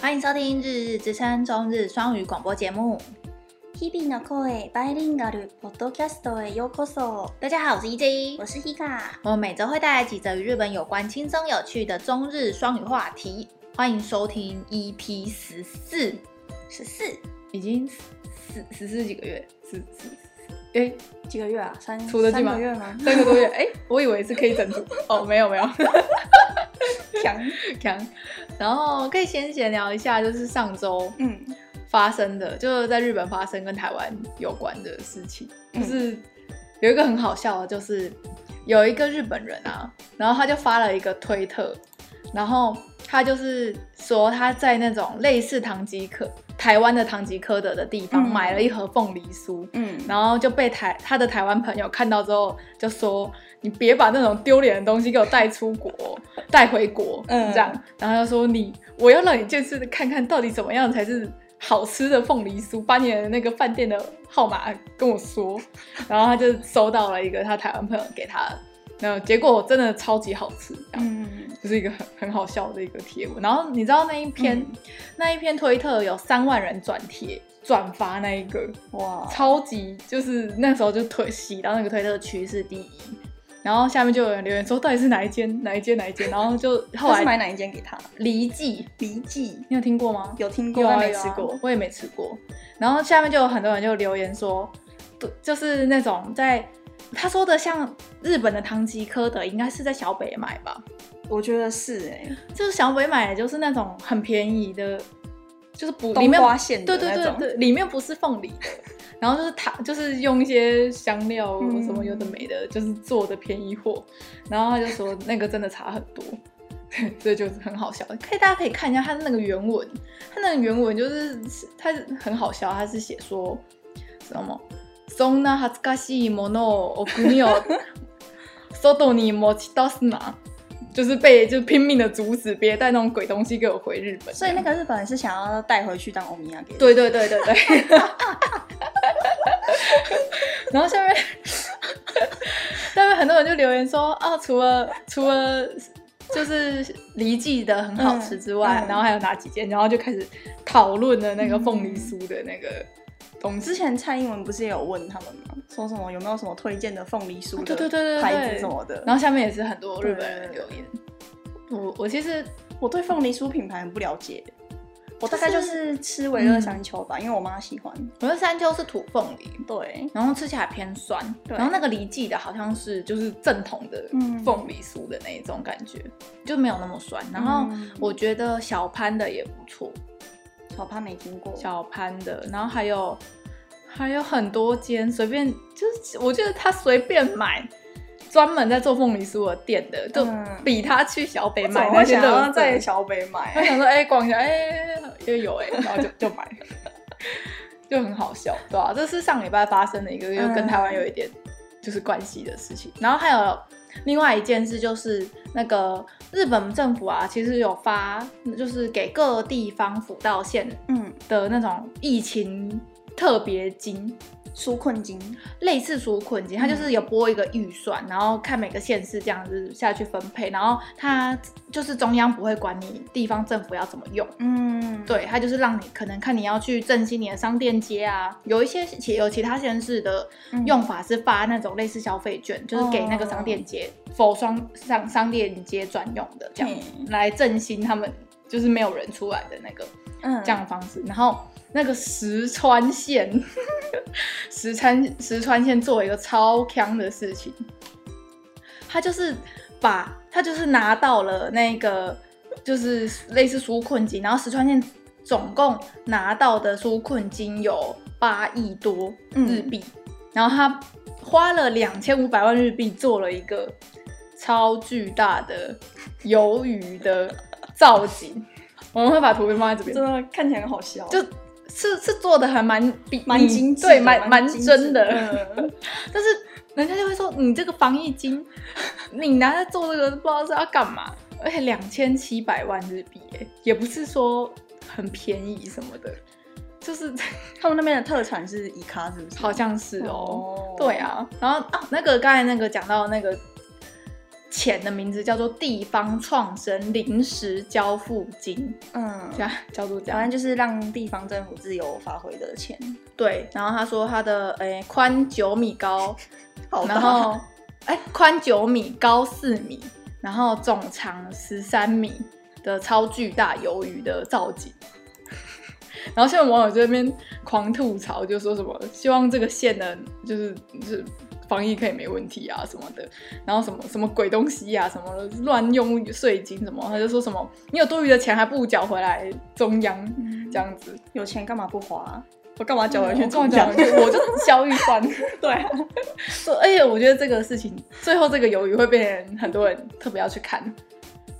欢迎收听《日日之声》中日双语广播节目。日々の声バイリンガルポッドキャストへようこそ。大家好，我是 EJ，我是 Hika，我们每周会带来几则与日本有关、轻松有趣的中日双语话题。欢迎收听 EP 十四，十四已经十十四几个月，十十哎几个月啊？三出得去吗三个月吗？三个多月，哎，我以为是可以整组，哦，没有没有，强， 强。然后可以先闲聊一下，就是上周嗯，发生的，就是在日本发生跟台湾有关的事情，就嗯是有一个很好笑的，就是有一个日本人啊，然后他就发了一个推特，然后他就是说他在那种类似唐吉诃台湾的唐吉诃德的地方嗯买了一盒凤梨酥。嗯，然后就被台他的台湾朋友看到之后，就说：“你别把那种丢脸的东西给我带出国，带回国。”嗯这样，然后他就说：“你，我要让你见识看看到底怎么样才是好吃的凤梨酥，把你的那个饭店的号码跟我说。” 然后他就收到了一个他台湾朋友给他的，那结果真的超级好吃，这样。嗯，就是一个很很好笑的一个贴文，然后你知道那一篇、嗯那一篇推特有三万人转贴转发那一个，哇，超级就是那时候就推洗到那个推特区是第一，然后下面就有人留言说到底是哪一间哪一间哪一间，然后就后他是买来哪一间给他？离记，李记你有听过吗？有听过，有啊但没有啊吃过。我也没吃过。然后下面就有很多人就留言说，对，就是那种在他说的像日本的唐吉诃德，应该是在小北买吧，我觉得是哎，就是小北买的就是那种很便宜的，就是不里冬面瓜馅的对对那对种。对，里面不是凤梨 的，然后就是糖，就是用一些香料嗯什么有的没的，就是做的便宜货。然后他就 说那个真的差很多，所以就是很好笑。可以大家可以看一下他那个原文，他那个原文就是他很好笑，他是写说什么“そんな恥ずかしいものをお国 を外に持ち出すな”。就是被就是拼命的阻止，别带那种鬼东西给我回日本。所以那个日本人是想要带回去当欧米亚给。，对对对对 对。然后下面，下面很多人就留言说，哦，除了除了就是离记的很好吃之外，嗯嗯然后还有哪几间？然后就开始讨论了那个凤梨酥的那个东西。之前蔡英文不是也有问他们吗？说什么有没有什么推荐的凤梨酥啊的对对对对对牌子什么的。然后下面也是很多日本人对留言。我我其实我对凤梨酥品牌很不了解，我大概就嗯就是是吃维乐山丘吧，因为我妈喜欢。我觉得山丘是土凤梨，对，然后吃起来偏酸，对然后那个梨记的好像是就是正统的嗯凤梨酥的那一种感觉，就没有那么酸。然后嗯我觉得小潘的也不错，小潘没听过。小潘的，然后还有还有很多间随便就是我觉得他随便买专门在做凤梨酥的店的，就嗯比他去小北怎买么那会些想乐要色在小北买他啊？想说，哎、逛一下，哎、也有哎、然后就就买，就很好笑，对吧、这是上礼拜发生的一个，又跟台湾有一点就是关系的事情。然后还有另外一件事，就是那个日本政府啊，其实有发，就是给各地方府道县嗯，的那种疫情特别金，纾困金。嗯类似纾困金，它就是有拨一个预算，然后看每个县市这样子下去分配，然后它就是中央不会管你地方政府要怎么用。嗯，对，它就是让你可能看你要去振兴你的商店街啊，有一些其有其他县市的嗯哦用法是发那种类似消费券，就是给那个商店街否商商商店街专用的这样子，嗯来振兴他们就是没有人出来的那个嗯这样的方式。然后那个石川县，石川石川县做了一个超强的事情，他就是把他就是拿到了那个就是类似纾困金，然后石川县总共拿到的纾困金有八亿多日币，然后他花了两千五百万日币做了一个超巨大的鱿鱼的造景。我们会把图片放在这边，真的看起来很好笑，就是是做的还蛮比蛮你精致的，对，蛮蛮精致真的。嗯但是人家就会说，你这个防疫金， 你拿来做这个不知道是要干嘛，而且两千七百万日币、欸，也不是说很便宜什么的，就是 他们那边的特产是伊卡，是不哦是？哦啊好像是哦。对，啊，然后啊，那个刚才那个讲到那个钱的名字叫做地方创生临时交付金，嗯，这样叫做这反样。正就是让地方政府自由发挥的钱，对，然后他说他的诶宽九米高，好然后哎宽九米高四米，然后总长十三米的超巨大鱿鱼的造景。 然后现在网友这边狂吐槽，就说什么希望这个县的，就是就是防疫可以没问题啊什么的，然后什么什么鬼东西啊，什么乱用税金什么，他就说什么你有多余的钱还不如缴回来中央这样子，有钱干嘛不花、我干嘛缴缴回回去去中哦中奖奖？， 我就消预算。对啊，所以而哎且我觉得这个事情，最后这个鱿鱼会变成很多人特别要去看，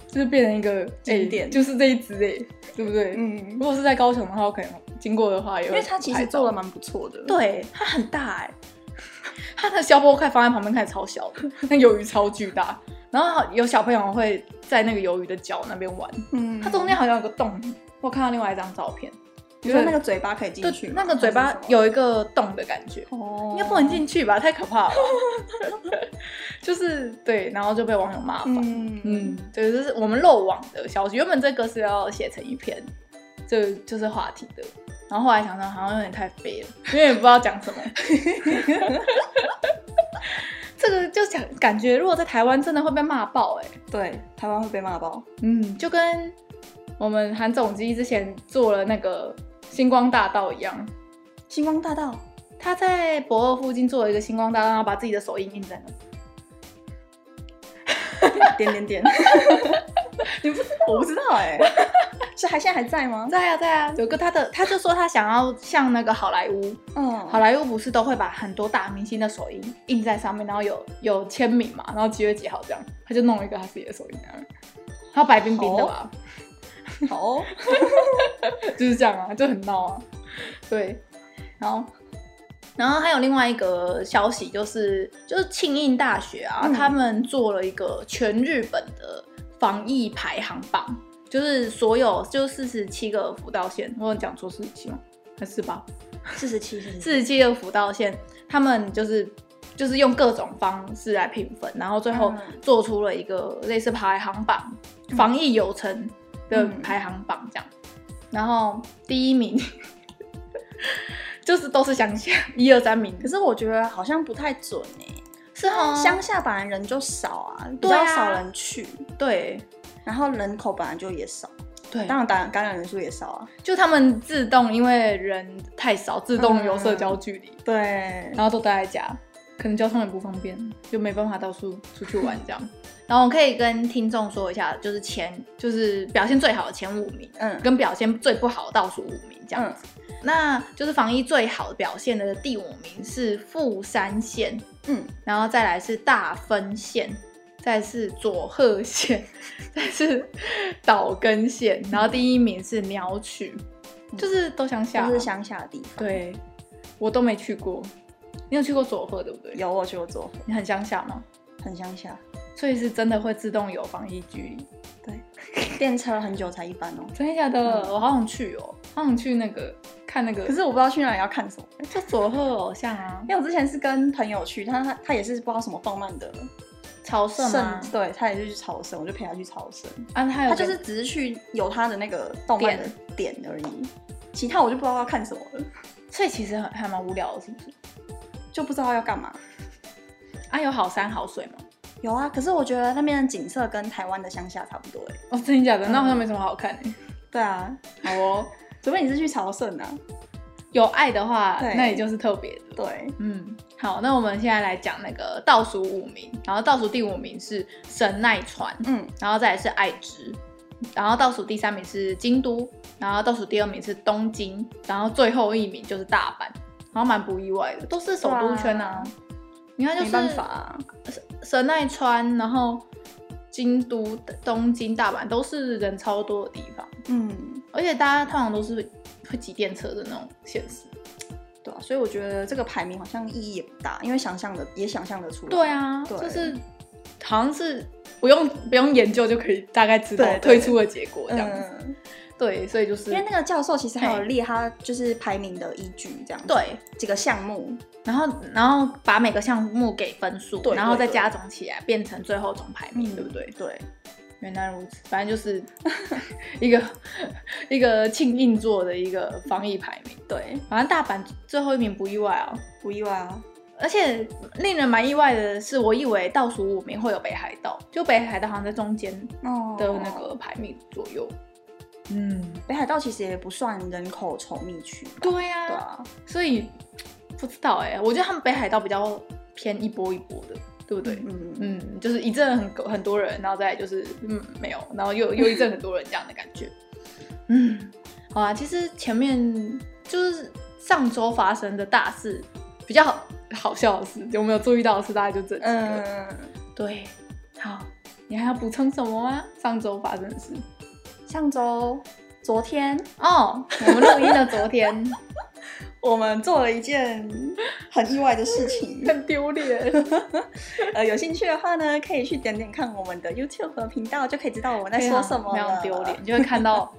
就是变成一个经典哎就是这一只哎、对不对？嗯，如果是在高雄的话，我可能经过的话也会因拍照，为他其实做的蛮不错的，，对，它很大哎、它的消波块放在旁边看起来超小的，那鱿鱼超巨大。然后有小朋友会在那个鱿鱼的脚那边玩，嗯，它中间好像有个洞，我看到另外一张照片，你说那个嘴巴可以进去对吗，那个嘴巴有一个洞的感觉，哦，应该不能进去吧？太可怕了吧。 就是对，然后就被网友骂吧。嗯嗯，对，这是我们漏网的消息。原本这个是要写成一篇，这就是话题的。然后后来想想，好像有点太飞了，因为也不知道讲什么。 这个就想感觉，如果在台湾真的会被骂爆哎、对，台湾会被骂爆，嗯，就跟我们韩总机之前做了那个星光大道一样，星光大 道，他在博二附近做了一个星光大道，然后把自己的手印印在那。点点 点，你不知道？我不知道 哎、是还现在还在吗？在啊，在啊，有哦个他 的，他就说他想要像那个好莱坞，嗯，好莱坞不是都会把很多大明星的手印印在上面，然后有有签名嘛，然后几月几号这样，他就弄了一个他自己的手印在那边，他白冰冰的吧，好哦，就是这样啊，就很闹啊，对，然后。然后还有另外一个消息，就是就是庆应大学啊，嗯他们做了一个全日本的防疫排行榜，就是所有就四十七个辅导县，我有讲错四十七吗？还是吧？四十七，四十四十七个辅导线，他们就是就是用各种方式来评分，然后最后嗯做出了一个类似排行榜、嗯防疫有成的嗯排行榜这样。然后第一名 就是都是乡下一二三名，可是我觉得好像不太准哎、是哦乡下本来人就少啊，比对啊较少人去，对然后人口本来就也少，对，当然感感染人数也少啊。就他们自动因为人太少，自动有嗯社交距离，对，然后都待在家，可能交通也不方便，就没办法到处出去玩这样。然后我可以跟听众说一下，就是前就是表现最好的前五名，嗯跟表现最不好的倒数五名这样嗯子。那就是防疫最好的表现的第五名是富山县，嗯，然后再来是大分县，再是佐贺县，再是岛根县，然后第一名是鸟取，嗯就是都乡下啊，就是乡下的地方。，对，我都没去过。你有去过佐贺对不对？有我去过佐贺，你很乡下吗？很乡下。所以是真的会自动有防疫距离？对，电车很久才一班哦。真的假的？嗯我好想去哦，好想去那个看那个，可是我不知道去哪里要看什么，就佐贺偶像啊因，为我之前是跟朋友去，他他他也是不知道什么动漫的朝圣吗？对他也是去朝圣，我就陪他去朝圣。啊，他有他就是只是去有他的那个动漫的点而已，其他我就不知道要看什么了，跟，所以其实很还蛮无聊的，是不是？就不知道要干嘛。啊，有好山好水吗？有啊，可是我觉得那边的景色跟台湾的乡下差不多哎。哦，真的假的？嗯那好像没什么好看诶。对啊，好哦，除非你是去朝圣啊。有爱的话，对那也就是特别的。对，嗯，好，那我们现在来讲那个倒数五名，然后倒数第五名是神奈川，嗯，然后再来是爱知，然后倒数第三名是京都，然后倒数第二名是东京，然后最后一名就是大阪，然后蛮不意外的，都是首都圈啊。你看，就没是办法啊。神奈川，然后京都、东京、大阪都是人超多的地方，嗯，而且大家通常都是会挤电车的那种现实。对啊，所以我觉得这个排名啊好像意义也不大，因为想象的也想象得出来。对，啊，对就是好像是不用不用研究就可以大概知道对对推出的结果这样子。嗯，对，所以就是因为那个教授其实还有嘿列他就是排名的依据这样子，对，几个项目，然后然后把每个项目给分数，对然后再对对加总起来变成最后总排名，嗯对不对？对，原来如此，反正就是 一个 一个庆应做的一个防疫排名。对，反正大阪最后一名不意外哦，不意外啊，而且令人蛮意外的是，我以为倒数五名会有北海道，就北海道好像在中间哦的那个排名左右。嗯，北海道其实也不算人口稠密区吧，对呀、对啊，所以不知道哎、我觉得他们北海道比较偏一波一波的，对不对？嗯，嗯，就是一阵很很多人，然后再来就是嗯没有，然后又又一阵很多人这样的感觉。嗯，好啊，其实前面就是上周发生的大事，比较好好笑的事，有没有注意到的事？大概就这几个。嗯，对，好，你还要补充什么吗？上周发生的事上周昨天哦，我们录音的昨天我们做了一件很意外的事 情 很丢脸，呃，有兴趣的话呢，可以去点点看我们的 YouTube 频道，就可以知道我们在说什么啊非了。常丢脸，就会看 到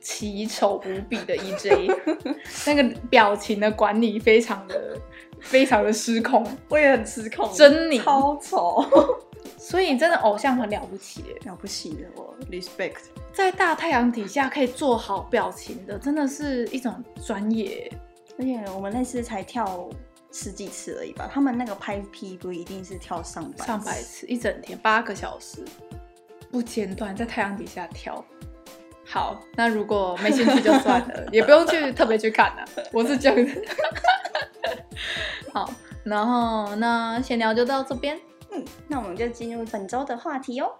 奇丑无比的 EJ，那 个表情的管理非常的非常的失控，我也很失控，狰狞，超 丑，所以真的偶像很了不起耶，了不起的我，respect。在大太阳底下可以做好表情的，真的是一种专业耶。而且我们那次才跳十几次而已吧，他们那个拍 PV 一定是跳上百次上百，次，一整天八个小时，不间断在太阳底下跳。好，那如果没兴趣就算了，也不用去特别去看了、我是这样的。 好，然后那闲聊就到这边。嗯，那我们就进入本周的话题哦。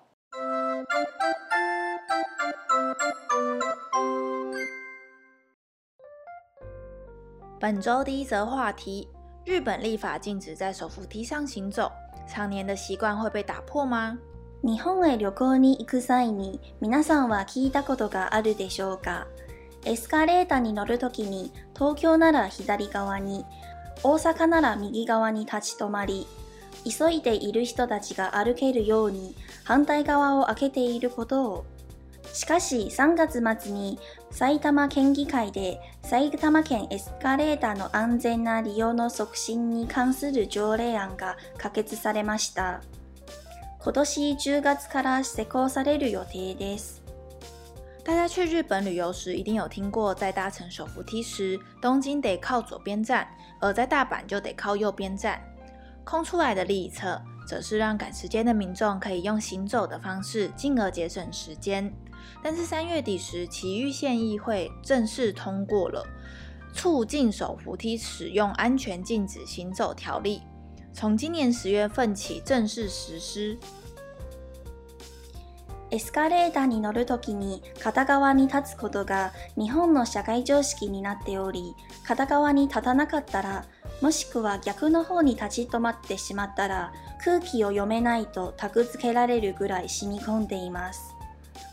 本周第一则话题：日本立法禁止在手扶梯上行走，常年的习惯会被打破吗？日本へ旅行に行く際に皆さんは聞いたことがあるでしょうかエスカレーターに乗るときに東京なら左側に大阪なら右側に立ち止まり急いでいる人たちが歩けるように反対側を開けていることをしかし3月末に埼玉県議会で埼玉県エスカレーターの安全な利用の促進に関する条例案が可決されました。今年10月から施行される予定です。大家去日本旅游时，一定有听过，在搭乘手扶梯时，东京得靠左边站，而在大阪就得靠右边站。空出来的另一侧，则是让赶时间的民众可以用行走的方式，进而节省时间。但是三月底时，埼玉县议会正式通过了《促进手扶梯使用安全禁止行走条例》，从今年十月份起正式实施。エスカレーターに乗るときに片側に立つことが日本の社会常識になっており、片側に立たなかったら、もしくは逆の方に立ち止まってしまったら、空気を読めないとタグ付けられるぐらい染み込んでいます。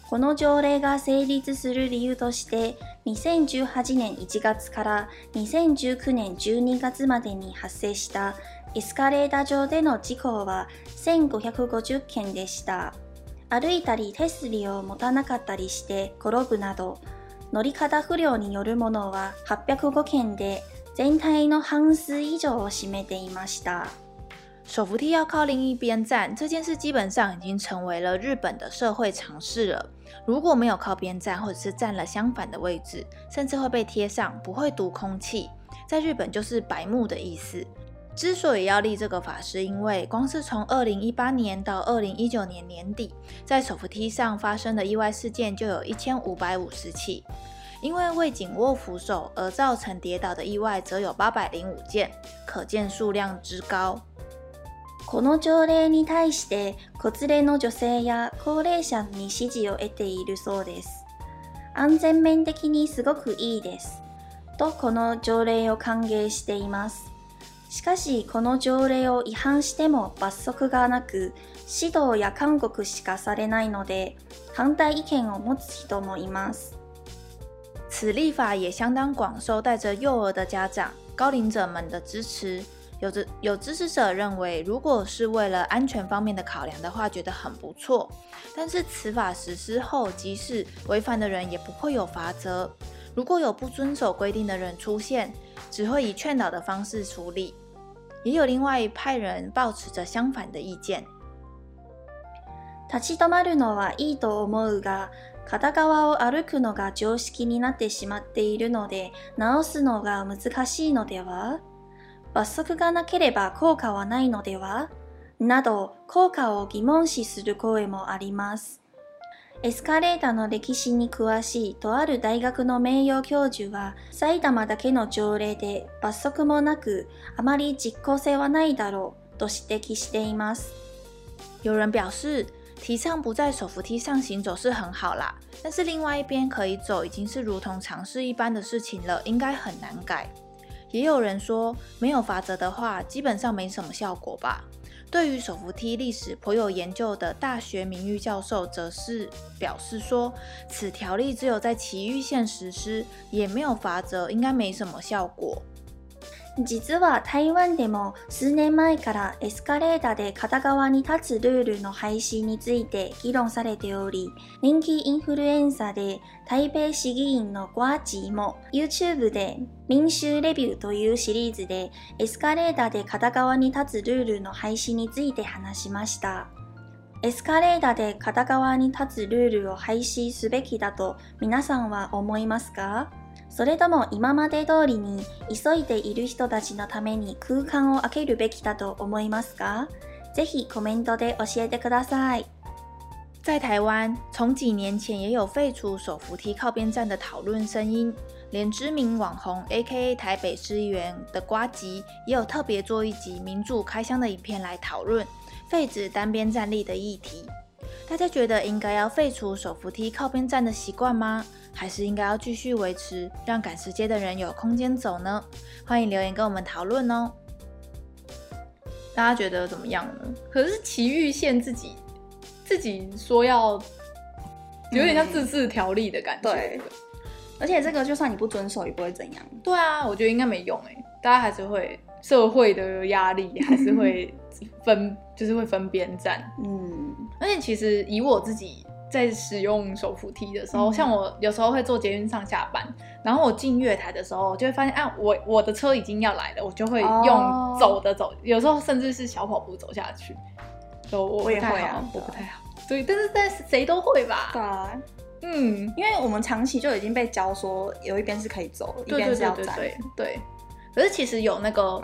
この条例が成立する理由として、2018年1月から2019年12月までに発生したエスカレーター上での事故は1550件でした。歩いたり手すりを持たなかったりして転ぶなど乗り方不良によるものは805件で全体の半数以上を占めていました手扶梯要靠另一边站这件事，基本上已经成为了日本的社会常识了。如果没有靠边站，或者是站了相反的位置，甚至会被贴上“不会读空气”，在日本就是白目的意思。之所以要立这个法，是因为光是从2018年到2019年年底，在手扶梯上发生的意外事件就有一千五百五十起，因为未紧握扶手而造成跌倒的意外则有八百零五件，可见数量之高。この条例に対して子連れの女性や高齢者に支持を得ているそうです安全面的にすごくいいですとこの条例を歓迎していますしかしこの条例を違反しても罰則がなく指導や勧告しかされないので反対意見を持つ人もいます此立法也相当广受带着幼儿的家长、高龄者们的支持。有知有支持者认为，如果是为了安全方面的考量的话，觉得很不错。但是此法实施后，即使违反的人也不会有罚则。如果有不遵守规定的人出现，只会以劝导的方式处理。也有另外一派人抱持着相反的意见。立ち止まるのはいいと思うが、片側を歩くのが常識になってしまっているので、直すのが難しいのでは罰則がなければ効果はないのではなど、効果を疑問視する声もあります。エスカレーターの歴史に詳しいとある大学の名誉教授は、埼玉だけの条例で罰則もなく、あまり実効性はないだろうと指摘しています。有人表示、提倡不在手扶梯上行走是很好啦，但是另外一边可以走已经是如同常事一般的事情了，应该很难改。也有人说，没有法则的话，基本上没什么效果吧。对于手扶梯历史颇有研究的大学名誉教授则是表示说，此条例只有在其余县实施，也没有法则，应该没什么效果。実は台湾でも数年前からエスカレーターで片側に立つルールの廃止について議論されており、人気インフルエンサーで台北市議員のゴアチーも YouTube で民衆レビューというシリーズでエスカレーターで片側に立つルールの廃止について話しました。エスカレーターで片側に立つルールを廃止すべきだと皆さんは思いますかそれとも今まで通りに急いでいる人たちのために空間を空けるべきだと思いますかぜひコメントで教えてください。在台湾，从几年前也有废除手扶梯靠边站的讨论声音，连知名网红 A.K.A 台北市议员的瓜吉也有特别做一集民主开箱的影片来讨论废止单边站立的议题。大家觉得应该要废除手扶梯靠边站的习惯吗？还是应该要继续维持，让赶时间的人有空间走呢？欢迎留言跟我们讨论哦。大家觉得怎么样呢？可是奇遇县自己自己说要，有点像自治条例的感觉、嗯。对，而且这个就算你不遵守也不会怎样。对啊，我觉得应该没用哎、欸，大家还是会社会的压 力还是会分，就是会分边站。嗯，而且其实以我自己。在使用手扶梯的时候，像我有时候会坐捷运上下班，然后我进月台的时候，就会发现，啊，我我的车已经要来了，我就会用走的走，有时候甚至是小跑步走下去。我我不太好，我不太好。对，但是但是谁都会吧？对啊，嗯，因为我们长期就已经被教说，有一边是可以走，一边是要站。对，可是其实有那个，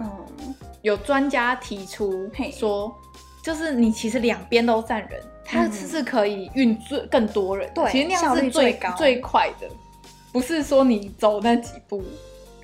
有专家提出说，就是你其实两边都站人。它是可以运最更多人，对，其实那样是最最快的，不是说你走那几步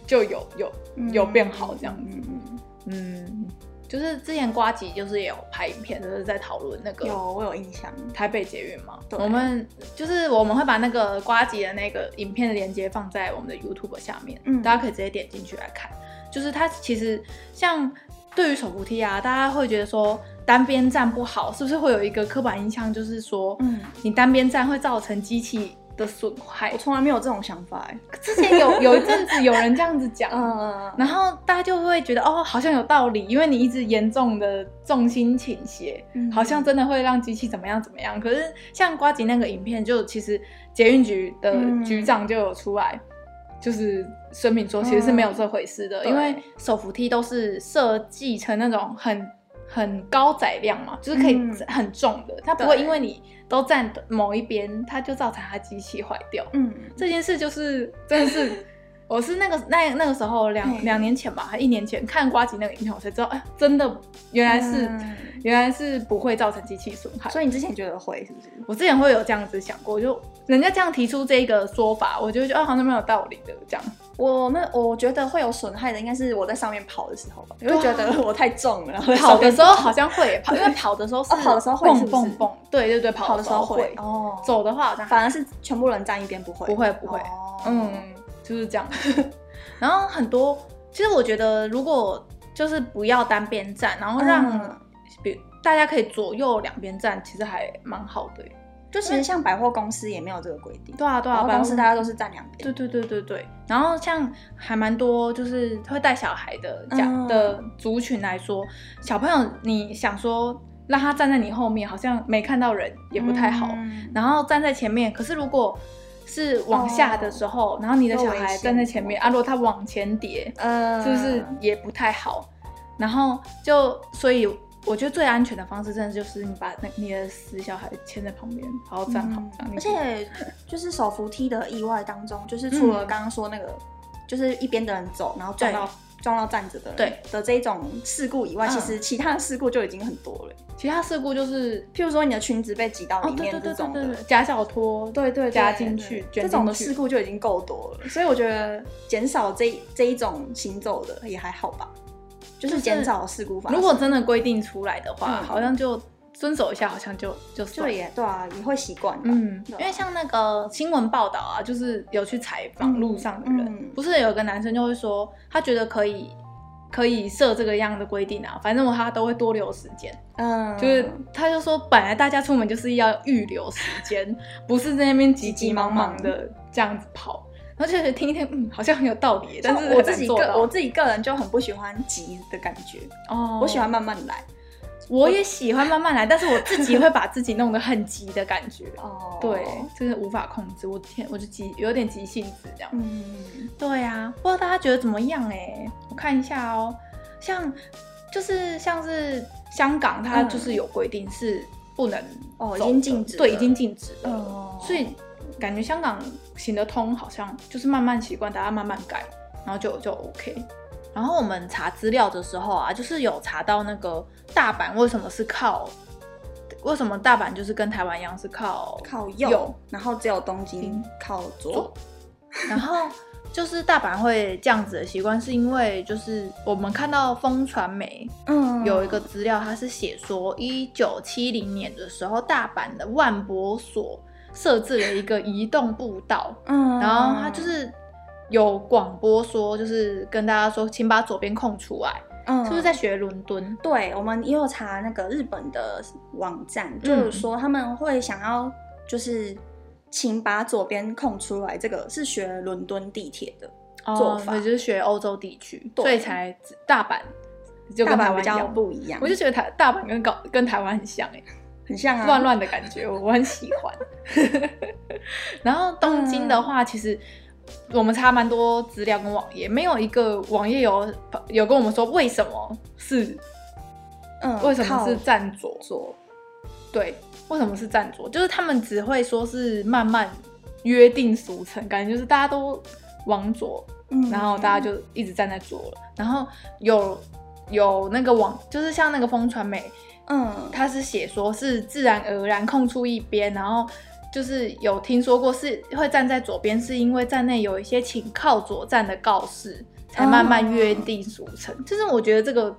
就有有、嗯、有变好这样子。嗯,嗯，就是之前瓜吉就是也有拍影片，就是在讨论那个有我有印象台北捷运嘛，我们就是我们会把那个瓜吉的那个影片的链接放在我们的 YouTube 下面，嗯，大家可以直接点进去来看。就是它其实像对于手扶梯啊，大家会觉得说。单边站不好，是不是会有一个刻板印象，就是说，嗯，你单边站会造成机器的损害？我从来没有这种想法哎、欸，之前有有一阵子有人这样子讲， 嗯、然后大家就会觉得哦，好像有道理，因为你一直严重的重心倾斜，嗯、好像真的会让机器怎么样怎么样。可是像瓜吉那个影片，就其实捷运局的局长就有出来。嗯嗯就是声明说，其实是没有这回事的，因为手扶梯都是设计成那种很。很高载量嘛，就是可以很重的，嗯、它不会因为你都站某一边，它就造成它机器坏掉。嗯，这件事就是真的是， 我是那个那那个时候两两年前吧，还一年前看瓜吉那个影片，我才知道，哎，真的原来是、嗯、原来是不会造成机器损害。所以你之前觉得会是不是？我之前会有这样子想过，就人家这样提出这个说法，我就觉得啊，好像蛮有道理的这样。我那我觉得会有损害的，应该是我在上面跑的时候吧，啊你会觉得我太重了。然后跑的时候好像 会跑，因为跑的时候是哦跑的时候会蹦蹦蹦，对对对，跑的时候会。哦，走的话好像反而是全部人站一边不会，不会不会，哦嗯，就是这样。 然后很多，其实我觉得如果就是不要单边嗯站，然后让比大家可以左右两边站，其实还蛮好的。欸就其实像百货公司也没有这个规定，对啊对百啊，货百公货司嗯大家都是占两边。对对对对对。然后像还蛮多就是会带小孩的家、嗯的族群来说，小朋友你想说让他站在你后面，好像没看到人也不太好。嗯然后站在前面，可是如果是往下的时候，然后你的小哦会危孩险站在前面啊，如果他往前跌，呃是不是也不太好？然后就所以我觉得最安全的方式，真的就是你把那你的死小孩牵在旁边，然后站好，这样你嗯而且就是手扶梯的意外当中，就是除嗯了刚刚说那个，就是一边的人走，然后撞到撞到站着的人对的这一种事故以外，嗯其实其他的事故就已经很多了。其他事故就是譬如说你的裙子被挤到哦里，对对面这对种对的对，，夹脚拖，对对对加进去对卷进去这种的事故就已经够多了。所以我觉得减少这一这一种行走的也还好吧，就就是是减少事故发生。如果真的规定出来的话，嗯好像就遵守一下，好像就就就算了。也对啊，也会习惯吧。嗯，对因啊为像那个新闻报道啊，就是有去采访路上的人，嗯嗯不是有个男生就会说，他觉得可以可以设这个样的规定啊，反正我他都会多留时间，嗯，就是他就说，本来大家出门就是要预留时间， 不是在那边急急忙忙的这样子跑，然后就是听一听，嗯，好像很有道理，但像是我很自难己做个到我自己个人就很不喜欢急的感觉，哦，我喜欢，慢慢来。我也喜欢慢慢来，但是我自己会把自己弄得很急的感 觉。哦对，就是无法控制，我天，我就急，有点急性子这样。嗯，对啊呀、不知道大家觉得怎么样欸哎、我看一下哦，像就是像是香港，它嗯就是有规定是不能哦已走经的禁止对，了已经禁止了，嗯哦所以感觉香港行得通，好像就是慢慢习惯，大家慢慢改，然后就就 OK。然后我们查资料的时候啊，就是有查到那个大阪为什么是靠，为什么大阪就是跟台湾一样是靠 靠右，右然后只有东京京靠左。左然后就是大阪会这样子的习惯，是因为就是我们看到风传媒嗯有一个资料，它是写说一九七零年的时候，大阪的万博所设置了一个移动步道，嗯然后它就是有广播说，就是跟大家说，请把左边空出来，嗯是不是在学伦敦？对，我们也有查那个日本的网站，嗯就有说他们会想要就是，请把左边空出来，这个是学伦敦地铁的，做法哦也就是学欧洲地区，对所以才大阪就大跟台阪湾比一较样。不一样，我就觉得台大阪跟高跟台湾很像哎、很像啊，乱乱的感觉，我很喜欢。 然后东京的嗯话，其实我们查蛮多资料跟网页，没有一个网页有有跟我们说为什么是嗯，为什么是靠站左，左？对，为什么是站左，就是他们只会说是慢慢约定俗成，感觉就是大家都往左，嗯然后大家就一直站在左了，然后有。有那个网，就是像那个风传媒，嗯，他是写说是自然而然空呃出一边，然后就是有听说过是会站在左边，是因为站内有一些请靠左站的告示，哦才慢慢约定俗成。就是我觉得这个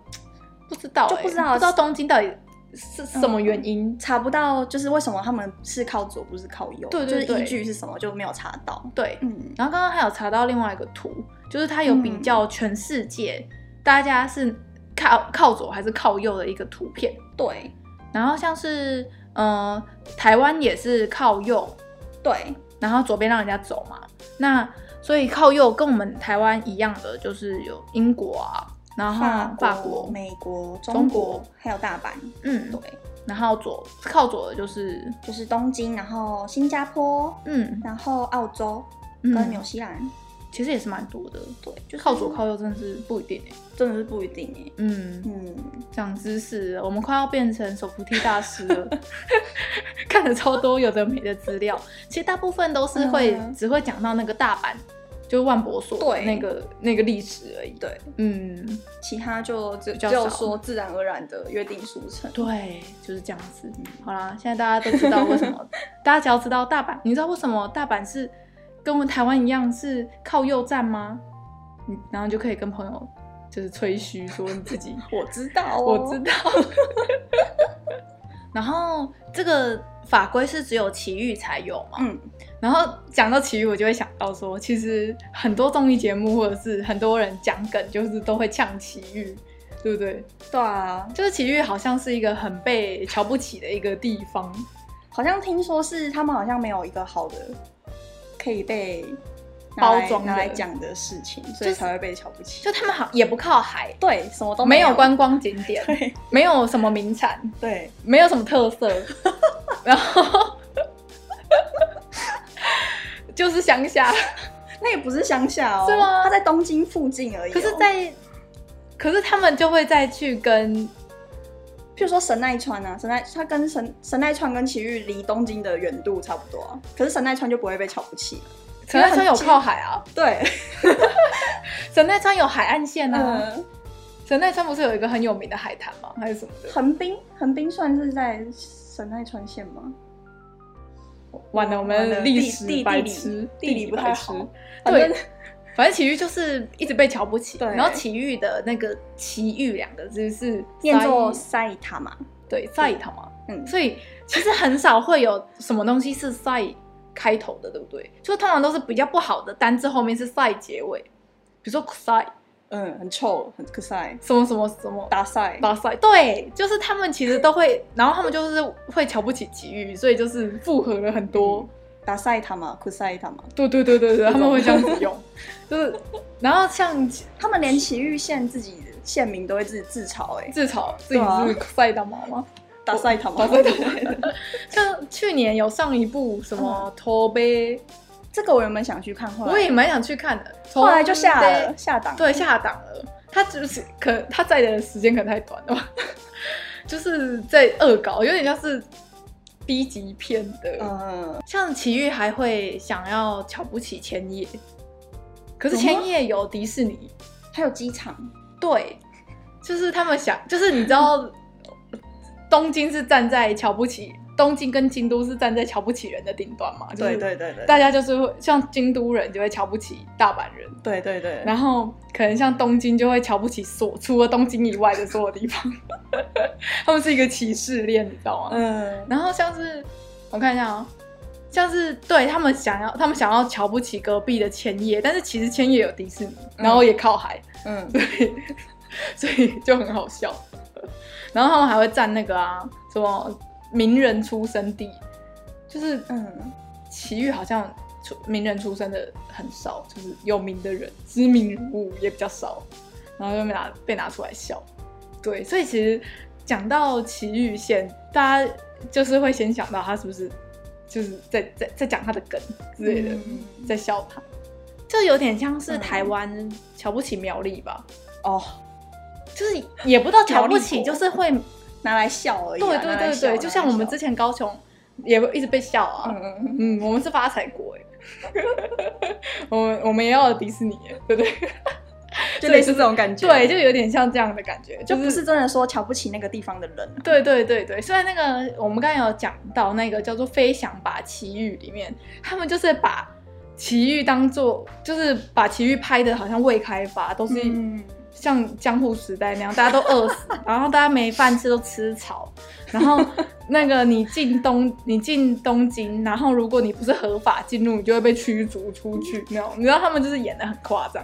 不知道、欸，就不知道嗯不知道东京到底是什么原因。查不到就是为什么他们是靠左不是靠右，对对就是依对据是什么就没有查到，对，嗯然后刚刚还有查到另外一个图，就是它有比较全世界、嗯大家是靠靠左还是靠右的一个图片。对然后像是呃台湾也是靠右，对，然后左边让人家走嘛。那所以靠右跟我们台湾一样的，就是有英国啊，然后法法国、国，美国、中中国国还有大阪，嗯，对，然后左靠左的就是就是东京，然后新加坡，嗯然后澳洲跟纽嗯，西兰，其实也是蛮多的，对，就是靠左靠右真的是不一定哎、真的是不一定哎。嗯，嗯，长知识了，我们快要变成手扶梯大师了， 看了超多有的没的资料，其实大部分都是会、嗯只会讲到那个大阪，就是万博所对那个那个历史而已，对，嗯。其他就只只较有少说自然而然的约定俗成。对，就是这样子。好啦，现在大家都知道为什么，大家只要知道大阪，你知道为什么大阪是跟我们台湾一样是靠右站吗？你然后就可以跟朋友就是吹嘘说你自己， 我知道、哦，我知道，然后哦这个法规是只有奇遇才有嘛？嗯，然后讲到奇遇，我就会想到说，其实很多综艺节目或者是很多人讲梗，就是都会呛奇遇，对不对？对啊，就是奇遇好像是一个很被瞧不起的一个地方，好像听说是他们好像没有一个好的可以被拿包来装拿的来讲的事情，所就以是才会被瞧不起。就他们好也不靠海，对，什么都没有有观光景点，对没有什么名产，对，没有什么特 色，然后就是乡下。那也不是乡下哦，是吗他在东京附近而已哦、可是在，可是他们就会再去跟譬如说神奈川啊，神奈它跟神神奈川跟埼玉离东京的远度差不多、啊，可是神奈川就不会被瞧不起。神奈川有靠海啊，对，神奈川有海岸线啊，嗯，神奈川不是有一个很有名的海滩吗？还是什么的？横滨横滨算是在神奈川县吗？完了，我完了们地历史地白地理痴，地理不太白痴好。反对正，反正奇遇就是一直被瞧不起，对然后奇遇的那个“奇遇”两个字是念作塞埼玉对赛他嘛，嗯，所以其实很少会有什么东西是赛开头的，对不对？就通常都是比较不好的单字后面是赛结尾，比如说赛嗯，很臭，很臭塞，什么什么什么。打塞，巴塞对，就是他们其实都会，然后他们就是会瞧不起奇遇，所以就是复合了很多、嗯打塞他嘛，酷塞他嘛。对对对对对，他们会这样子用，就是，然后像他们连埼玉县自己的县民都会自己自嘲、欸，哎，自嘲自己是赛大妈吗？打塞他嘛，打塞他嘛对。像去年有上一部什么《托杯》， 这个我原本想去看，嗯后我来也蛮想去看的，后来就下了了，下档，对，下档了。他就是可他在的时间可能太短了吧， 就是在恶搞，有点像是 B 级片的。嗯，像奇遇还会想要瞧不起千叶，可是有吗千叶有迪士尼，还有机场，对，就是他们想，就是你知道，东京是站在瞧不起，东京跟京都是站在瞧不起人的顶端嘛，就是对对对对，大家就是会像京都人就会瞧不起大阪人，对对对，然后可能像东京就会瞧不起所除了东京以外的所有地方，他们是一个歧视链，你知道吗？嗯，然后像是我看一下啊、像是对他们想要，他们想要瞧不起隔壁的千叶，但是其实千叶有迪士尼，然后也靠海， 嗯，对，所以就很好笑。然后他们还会占那个啊，什么名人出生地，就是嗯，奇遇好像出名人出身的很少，就是有名的人、知名人物也比较少，然后就被拿被拿出来笑。对，所以其实讲到奇遇县，大家就是会先想到他是不是就是在在在讲他的梗之类的，嗯在笑他，嗯就有点像是台湾瞧不起苗栗吧，哦，就是也不到 瞧不起，苗栗国就是会拿来笑而已啊，对对拿来对笑对，就像我们之，前高雄也一直被笑啊，拿来笑嗯嗯嗯，嗯，我们是发财国哎， 我们我们也要有迪士尼耶，对不对？就类似这种感觉，对，就有点像这样的感觉，啊就就不是真的说瞧不起那个地方的人，啊对对对对。虽然那个我们刚才有讲到那个叫做《飞翔吧奇遇》里面，他们就是把奇遇当做，就是把奇遇拍的好像未开发，都是嗯像江户时代那样，大家都饿死， 然后大家没饭吃都吃草，然后那个你进东你进东京，然后如果你不是合法进入，你就会被驱逐出去那种。你知道他们就是演的很夸张，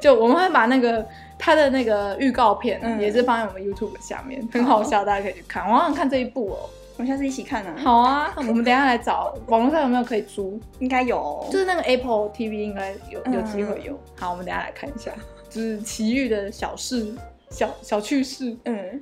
就我们会把那个他的那个预告片、嗯也是放在我们 YouTube 下面，很好笑，大家可以去看。我好想看这一部哦。我们下次一起看啊，好啊， 我们等一下来找网络上有没有可以租，应该有，就是那个 Apple TV 应该有有嗯机会有。好，我们等一下来看一下，就是奇遇的小事、小小趣事。嗯，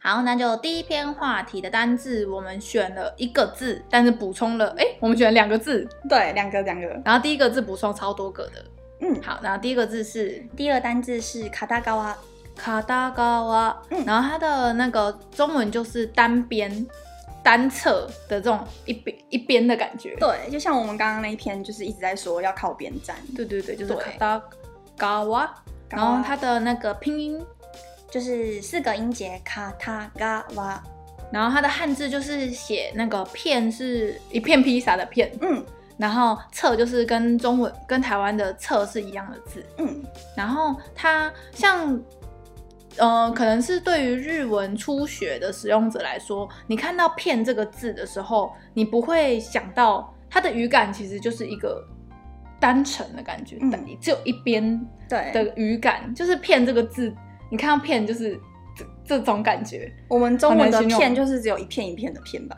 好，那就第一篇话题的单字，我们选了一个字，但是补充了，哎、我们选了两个字，对，两个两个，然后第一个字补充超多个的。嗯好，然后第一个字是第二单字是卡达高啊，卡达嘎哇，嗯然后它的那个中文就是单边、单侧的这种一边一边的感觉。对，就像我们刚刚那一篇，就是一直在说要靠边站，对对对，就是对卡达嘎哇。然后它的那个拼音，就是四个音节卡啊塔嘎哇，然后它的汉字就是写那个片是一片披萨的片，嗯然后侧就是跟中文跟台湾的侧是一样的字。嗯然后它像，呃，可能是对于日文初学的使用者来说，你看到“片”这个字的时候，你不会想到它的语感其实就是一个单程的感觉，嗯只有一边对的语感，就是“片”这个字，你看到“片”就是这这种感觉。我们中文的很难形片容就是只有一片一片的片吧，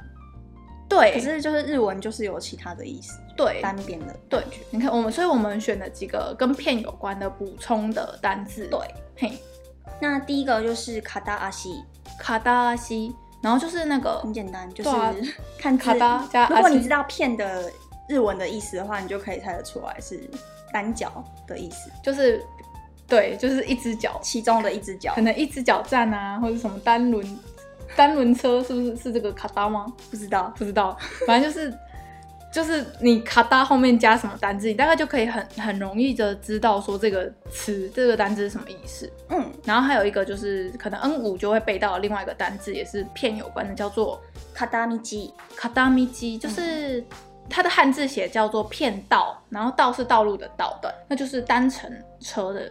可对是就是日文就是有其他的意思，对单边的。对，你看我们，所以我们选了几个跟片有关的补充的单字。对，嘿，那第一个就是卡达阿西，卡达西，然后就是那个很简单，就是对啊 看字卡达加如果阿你西知道片的日文的意思的话，你就可以猜得出来是单脚的意思，就是对，就是一只脚，其中的一只脚可。能一只脚站啊，或者什么单轮单轮车，是不是是这个卡达吗？不知道，不知道，反正就是就是你卡达后面加什么单字，你大概就可以很很容易的知道说这个词这个单字是什么意思。嗯，然后还有一个就是可能 N 五就会背到的另外一个单字，也是片有关的，叫做卡达米基，卡达米基，就是它的汉字写叫做片道，然后道是道路的道的，那就是单程车的，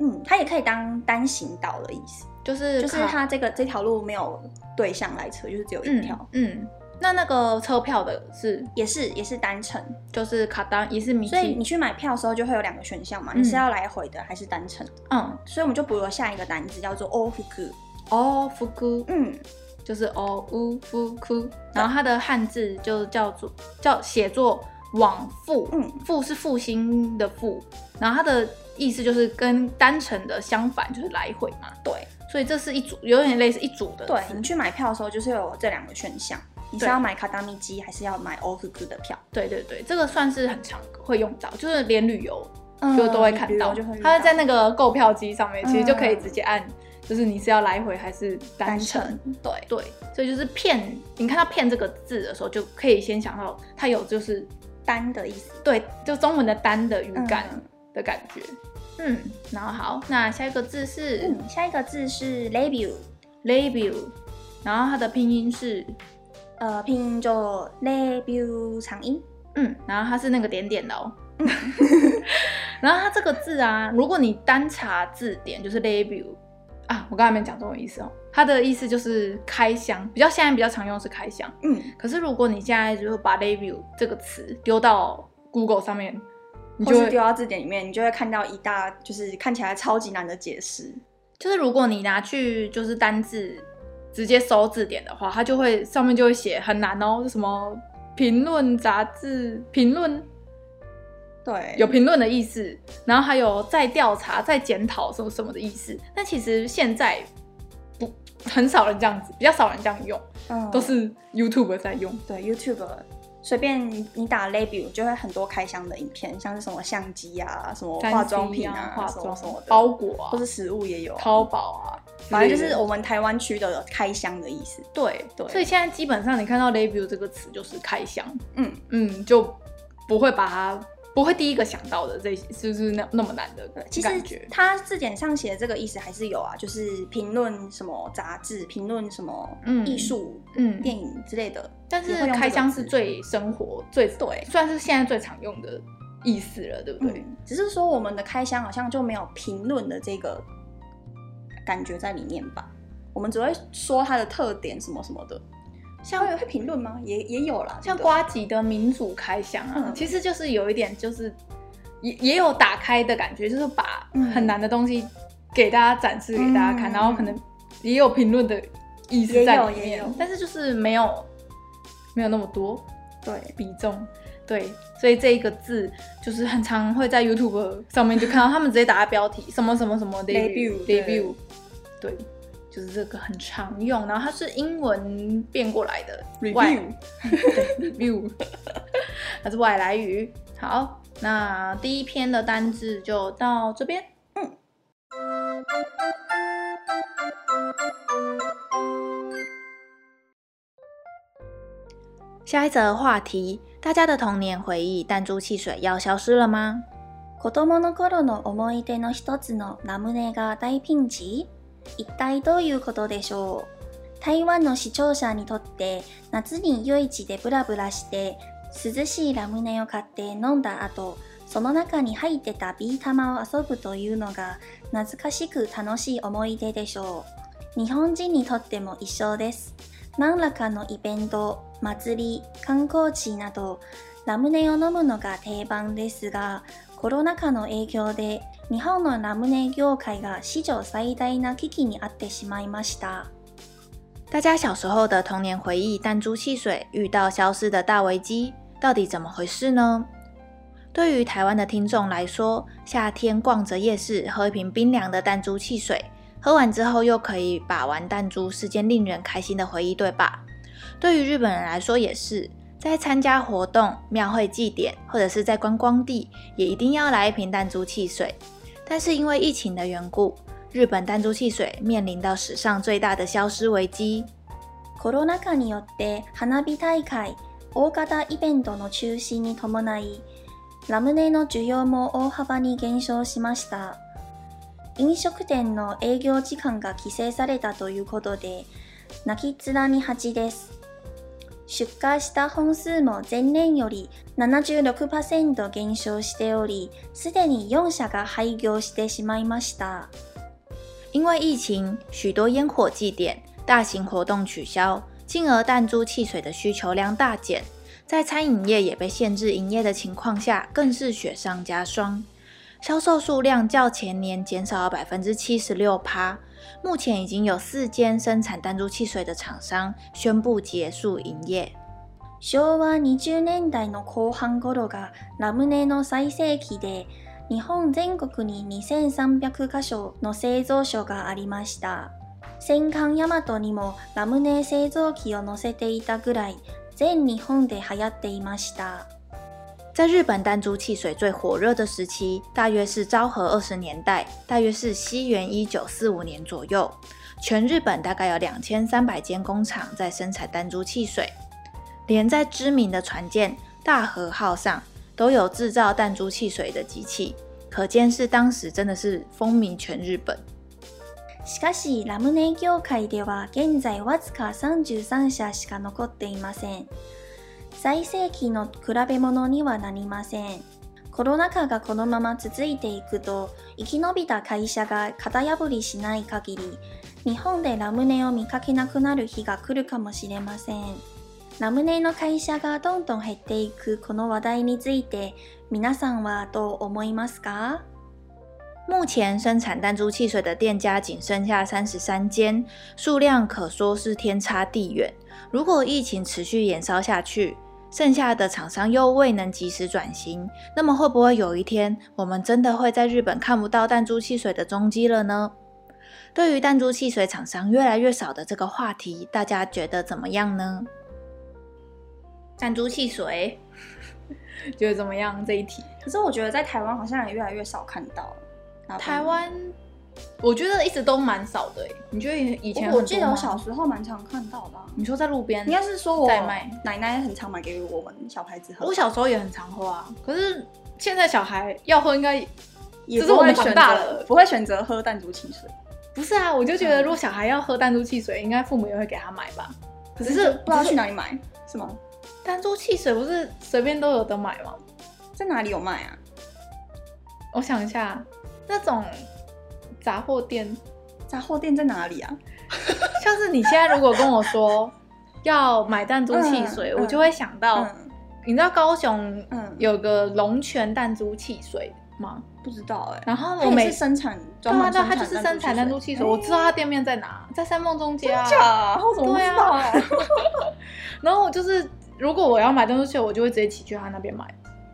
嗯，它也可以当单行道的意思，就是就是卡它这个这条路没有对向来车，就是只有一嗯条，嗯。那那个车票的是也是也是单程。就是卡达也是米所以你基，去买票的时候就会有两个选项嘛，嗯你是要来回的还是单程的？嗯，所以我们就补了下一个单字叫做 o f u 哦福姑，嗯，就是哦呜夫哭，然后它的汉字就叫做叫写作往复，嗯复是复兴的复，然后它的意思就是跟单程的相反，就是来回嘛。对所以这是一组，有点类似一组的对，词你去买票的时候就是有这两个选项，你是对要买卡达米基还是要买 o f u 的票？对对对，这个算是很常会用到，就是连旅游嗯就都会看到，旅游就会遇它在那个购票机上面，其实就可以嗯直接按，就是你是要来回还是单单程。程，对，对，所以就是“骗”，你看到“骗”这个字的时候，就可以先想到它有就是单的意思。对，就中文的单的语感嗯的感觉。嗯然后好，那下一个字是嗯，下一个字是 review， label，然后它的拼音是呃，拼音就 review 长音，嗯，然后它是那个点点的哦。然后它这个字啊，如果你单查字典，就是 label 啊，我刚才没讲中文意思哦。它的意思就是开箱，比较现在比较常用是开箱。嗯，可是如果你现在就是把 label 这个词丢到 Google 上面，你或就是丢会到字典里面，你就会看到一大就是看起来超级难的解释。就是如果你拿去就是单字直接搜字典的话，它就会上面就会写很难哦，是什么评论杂志评论对，有评论的意思，然后还有再调查、再检讨什么什么的意思。但其实现在不很少人这样子，比较少人这样用，嗯都是 YouTube 在用。对 YouTube 随便你你打 review 就会很多开箱的影片，像是什么相机啊、什么化妆品 3C 啊、化什么妆什么的，包裹啊或，是食物也有、淘，宝啊，反正就之类是的我们台湾区的开箱的意思。对对所以现在基本上你看到 review 这个词就是开箱，嗯嗯，就不会把它不会第一个想到的这些，就是那那么难的对，其感觉实。它字典上写的这个意思还是有啊，就是评论什么杂志、评论什么嗯艺术、嗯电影之类的。但也是会用这个开箱是字最生活最对算是现在最常用的意思了，对不对？对，只是说我们的开箱好像就没有评论的这个感觉在里面吧。我们只会说它的特点什么什么的，像会会评论吗？也也有啦，像对不对瓜吉的民主开箱啊，嗯其实就是有一点就是也也有打开的感觉，就是把嗯很难的东西给大家展示给大家看，嗯然后可能也有评论的意思在里也有也面有，但是就是没有没有那么多对，比重。对，所以这一个字就是很常会在 YouTube 上面就看到他们直接打在标题什么什么什么 Debut，对 debut，对，就是这个很常用，然后它是英文变过来的外 review 对 review，它是外来语。好，那第一篇的单字就到这边。嗯。下一则话题，大家的童年回忆弹珠汽水要消失了吗？子供の頃の思い出の一つのラムネが大ピンチ一体どういうことでしょう台湾の視聴者にとって夏に夜市でブラブラして涼しいラムネを買って飲んだ後その中に入ってたビー玉を遊ぶというのが懐かしく楽しい思い出でしょう日本人にとっても一緒です何らかのイベント祭り観光地などラムネを飲むのが定番ですがコロナ禍の影響で日本のラムネ業界が史上最大な危機にあってしまいました。大家小时候的童年回忆，弹珠汽水遇到消失的大危机，到底怎么回事呢？对于台湾的听众来说，夏天逛着夜市，喝一瓶冰凉的弹珠汽水，喝完之后又可以把玩弹珠，是件令人开心的回忆，对吧？对于日本人来说也是，在参加活动、庙会祭典，或者是在观光地，也一定要来一瓶弹珠汽水。但是因为疫情的缘故，日本弹珠汽水面临到史上最大的消失危机。コロナ禍によって花火大会、大型イベントの中止に伴い、ラムネの需要も大幅に減少しました。飲食店の営業時間が規制されたということで、泣き面に蜂です。出荷した本数も前年より76%減少しており、すでに4社が廃業してしまいました。因为疫情，许多烟火祭典、大型活动取消，进而弹珠汽水的需求量大减。在餐饮业也被限制营业的情况下，更是雪上加霜。销售数量较前年减少了百分之七十六趴。目前已经有四间生产弹珠汽水的厂商宣布结束营业。昭和20年代の後半頃がラムネの最盛期で日本全国に2300カ所の製造所がありました戦艦ヤマトにもラムネ製造機を載せていたぐらい全日本で流行っていました在日本弹珠汽水最火热的时期，大约是昭和二十年代，大约是西元一九四五年左右。全日本大概有两千三百间工厂在生产弹珠汽水，连在知名的船舰“大和号”上都有制造弹珠汽水的机器，可见是当时真的是风靡全日本。しかしラムネ業界では現在わずか33社しか残っていません最盛期の比べ物にはなりませんコロナ禍がこのまま続いていくと生き延びた会社が型破りしない限り日本でラムネを見かけなくなる日が来るかもしれませんラムネの会社がどんどん減っていくこの話題について皆さんはどう思いますか目前生产弹珠汽水的店家仅剩下三十三间，数量可说是天差地远。如果疫情持续延烧下去，剩下的厂商又未能及时转型，那么会不会有一天我们真的会在日本看不到弹珠汽水的踪迹了呢？对于弹珠汽水厂商越来越少的这个话题，大家觉得怎么样呢？弹珠汽水， 觉得怎么样这一题？可是我觉得在台湾好像也越来越少看到了。然后台湾，嗯我觉得一直都蛮少的欸。你觉得以前我很记多得吗我小时候蛮常看到的啊、你说在路边应，该是说我在卖奶奶很常买给我们小孩子喝。我小时候也很常喝啊。可是现在小孩要喝，应该也不这是我会们长选大择了不会选择喝弹珠汽水，不是啊？我就觉得如果小孩要喝弹珠汽水，应该父母也会给他买吧。可只是是就不知道去哪里买，是吗？弹珠汽水不是随便都有得买吗？在哪里有卖啊？我想一下，那种杂货店， 杂货店在哪里啊？像是你现在如果跟我说要买弹珠汽水，嗯我就会想到，嗯你知道高雄嗯，有个龙泉弹珠汽水吗？不知道哎、欸。然后它我也每是生产，对专啊门对啊，生它就是生产弹珠汽水，我知道它店面在哪，在三梦中街啊。哎假，我怎么不知道啊？ 然后我就是，如果我要买弹珠汽水，我就会直接骑去他那边买，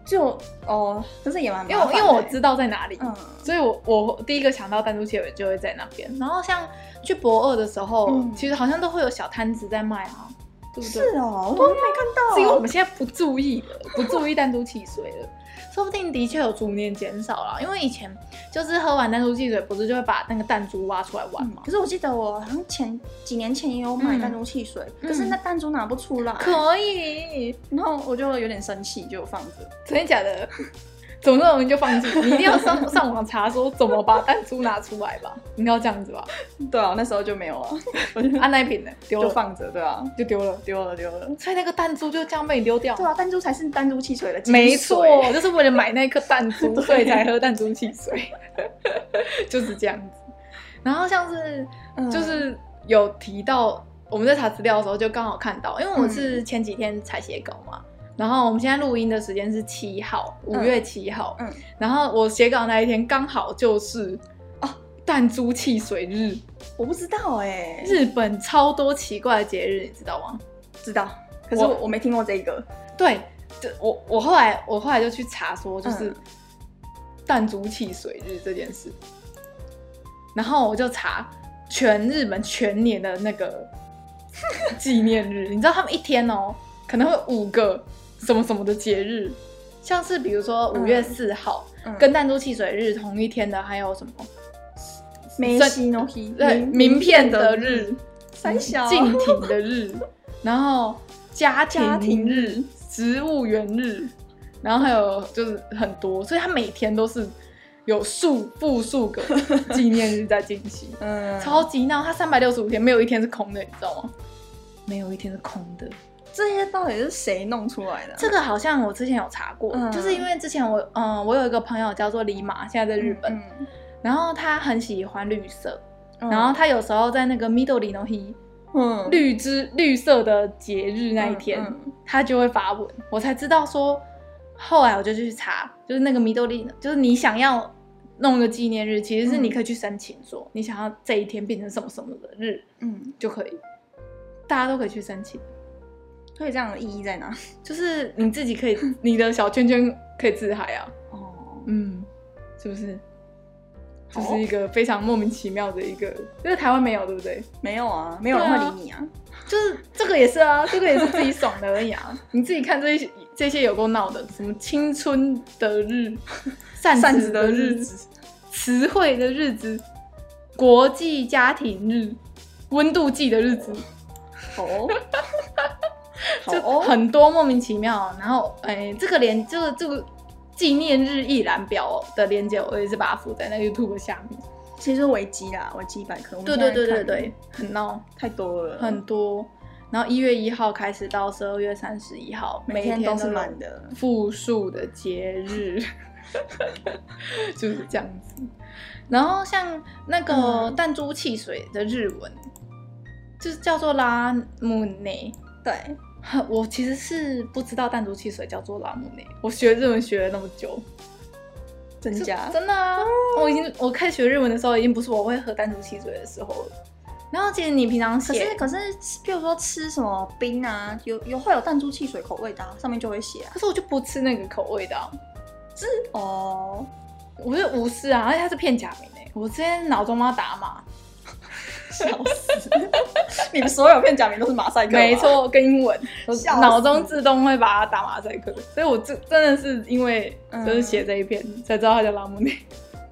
就哦，可是也蛮麻因为我烦的因为我知道在哪里。嗯所以我，我第一个想到弹珠汽水就会在那边。然后像去博二的时候，嗯其实好像都会有小摊子在卖啊，对不对？是哦，我都没看到，是因为我们现在不注意了，不注意弹珠汽水了，说不定的确有逐年减少了。因为以前就是喝完弹珠汽水，不是就会把那个弹珠挖出来玩嗯吗？可是我记得我好像前几年前也有买弹珠汽水，嗯可是那弹珠拿不出来，可以，然后我就有点生气，就放着。真的假的？怎么那种人就放弃？你一定要上上网查说怎么把弹珠拿出来吧，应该要这样子吧？对啊，那时候就没有 啊，我就啊，那一瓶呢？丢就了，放着，对啊，就丢了。丢了丢了。所以那个弹珠就这样被你丢掉。对啊，弹珠才是弹珠汽水的精髓没错，就是为了买那颗弹 珠，对所以才喝弹珠汽水， 就是这样子。然后像是嗯就是嗯有提到，我们在查资料的时候就刚好看到，因为我是前几天才写稿嘛，然后我们现在录音的时间是七号，五嗯月七号。嗯然后我写稿那一天刚好就是哦弹珠汽水日，我不知道哎、日本超多奇怪的节日，你知道吗？知道，可是我我我没听过这个。对，这我我后来我后来就去查说，就是嗯弹珠汽水日这件事，然后我就查全日本全年的那 个纪念日，你知道他们一天哦可能会五个什么什么的节日，像是比如说五月嗯四号、嗯跟弹珠汽水日同一天的，还有什么梅西诺希对名片的日、三 小敬亭的日，然后家家庭庭日、植物园日，然后还有就是很多，所以他每天都是有数复数个纪念日在进行，嗯，超级闹。他三百六十五天没有一天是空的，你知道吗？没有一天是空的。这些到底是谁弄出来的啊？这个好像我之前有查过，嗯就是因为之前我嗯，我有一个朋友叫做李马，现在在日本，嗯然后他很喜欢绿色，嗯然后他有时候在那个 Midori no Hi 嗯绿之绿色的节日那一天，嗯嗯他就会发文，我才知道说，后来我就去查，就是那个米豆利，就是你想要弄个纪念日，其实是你可以去申请说，你想要这一天变成什么什么的日嗯，就可以，大家都可以去申请，所以这样的意义在哪？就是你自己可以，你的小圈圈可以自嗨啊，哦，嗯，是不是？就是一个非常莫名其妙的一个，因为台湾没有，对不对？没有啊，没有人会理你啊。就是这个也是啊，这个也是自己爽的而已啊。 你自己看这些这些有够闹的，什么青春的日、扇扇子子的的日日子、词汇的日子、国际家庭日、温度计的日子，好 哦，好就哦，很多莫名其妙。然后，哎，这个连这个这个纪念日一览表的链接，我也是把它附在那个 YouTube 下面。其实维基啦，维基百科。我们对对现对在对看对，，很闹。太多了，很多。然后一月一号开始到十二月三十一号，每天天都是有满的复数的节日， 就是这样子。然后像那个嗯弹珠汽水的日文，就是叫做拉姆内。 对，我其实是不知道弹珠汽水叫做拉姆内，我学日文学了那么久，增是加真的啊！我已经我开始学日文的时候，已经不是我会喝弹珠汽水的时候了。然后其实你平常可写是可是，譬如说吃什么冰啊，有有会有弹珠汽水口味的啊、上面就会写啊。可是我就不吃那个口味的、啊，哦， 我就无视啊，而且它是片假名哎、我之前脑中妈打码，笑死！你们所有片假名都是马赛克，啊没，错，跟英文，我笑死脑中自动会把它打马赛克，所以我真真的是因为嗯就是写这一篇、才知道它叫拉姆内，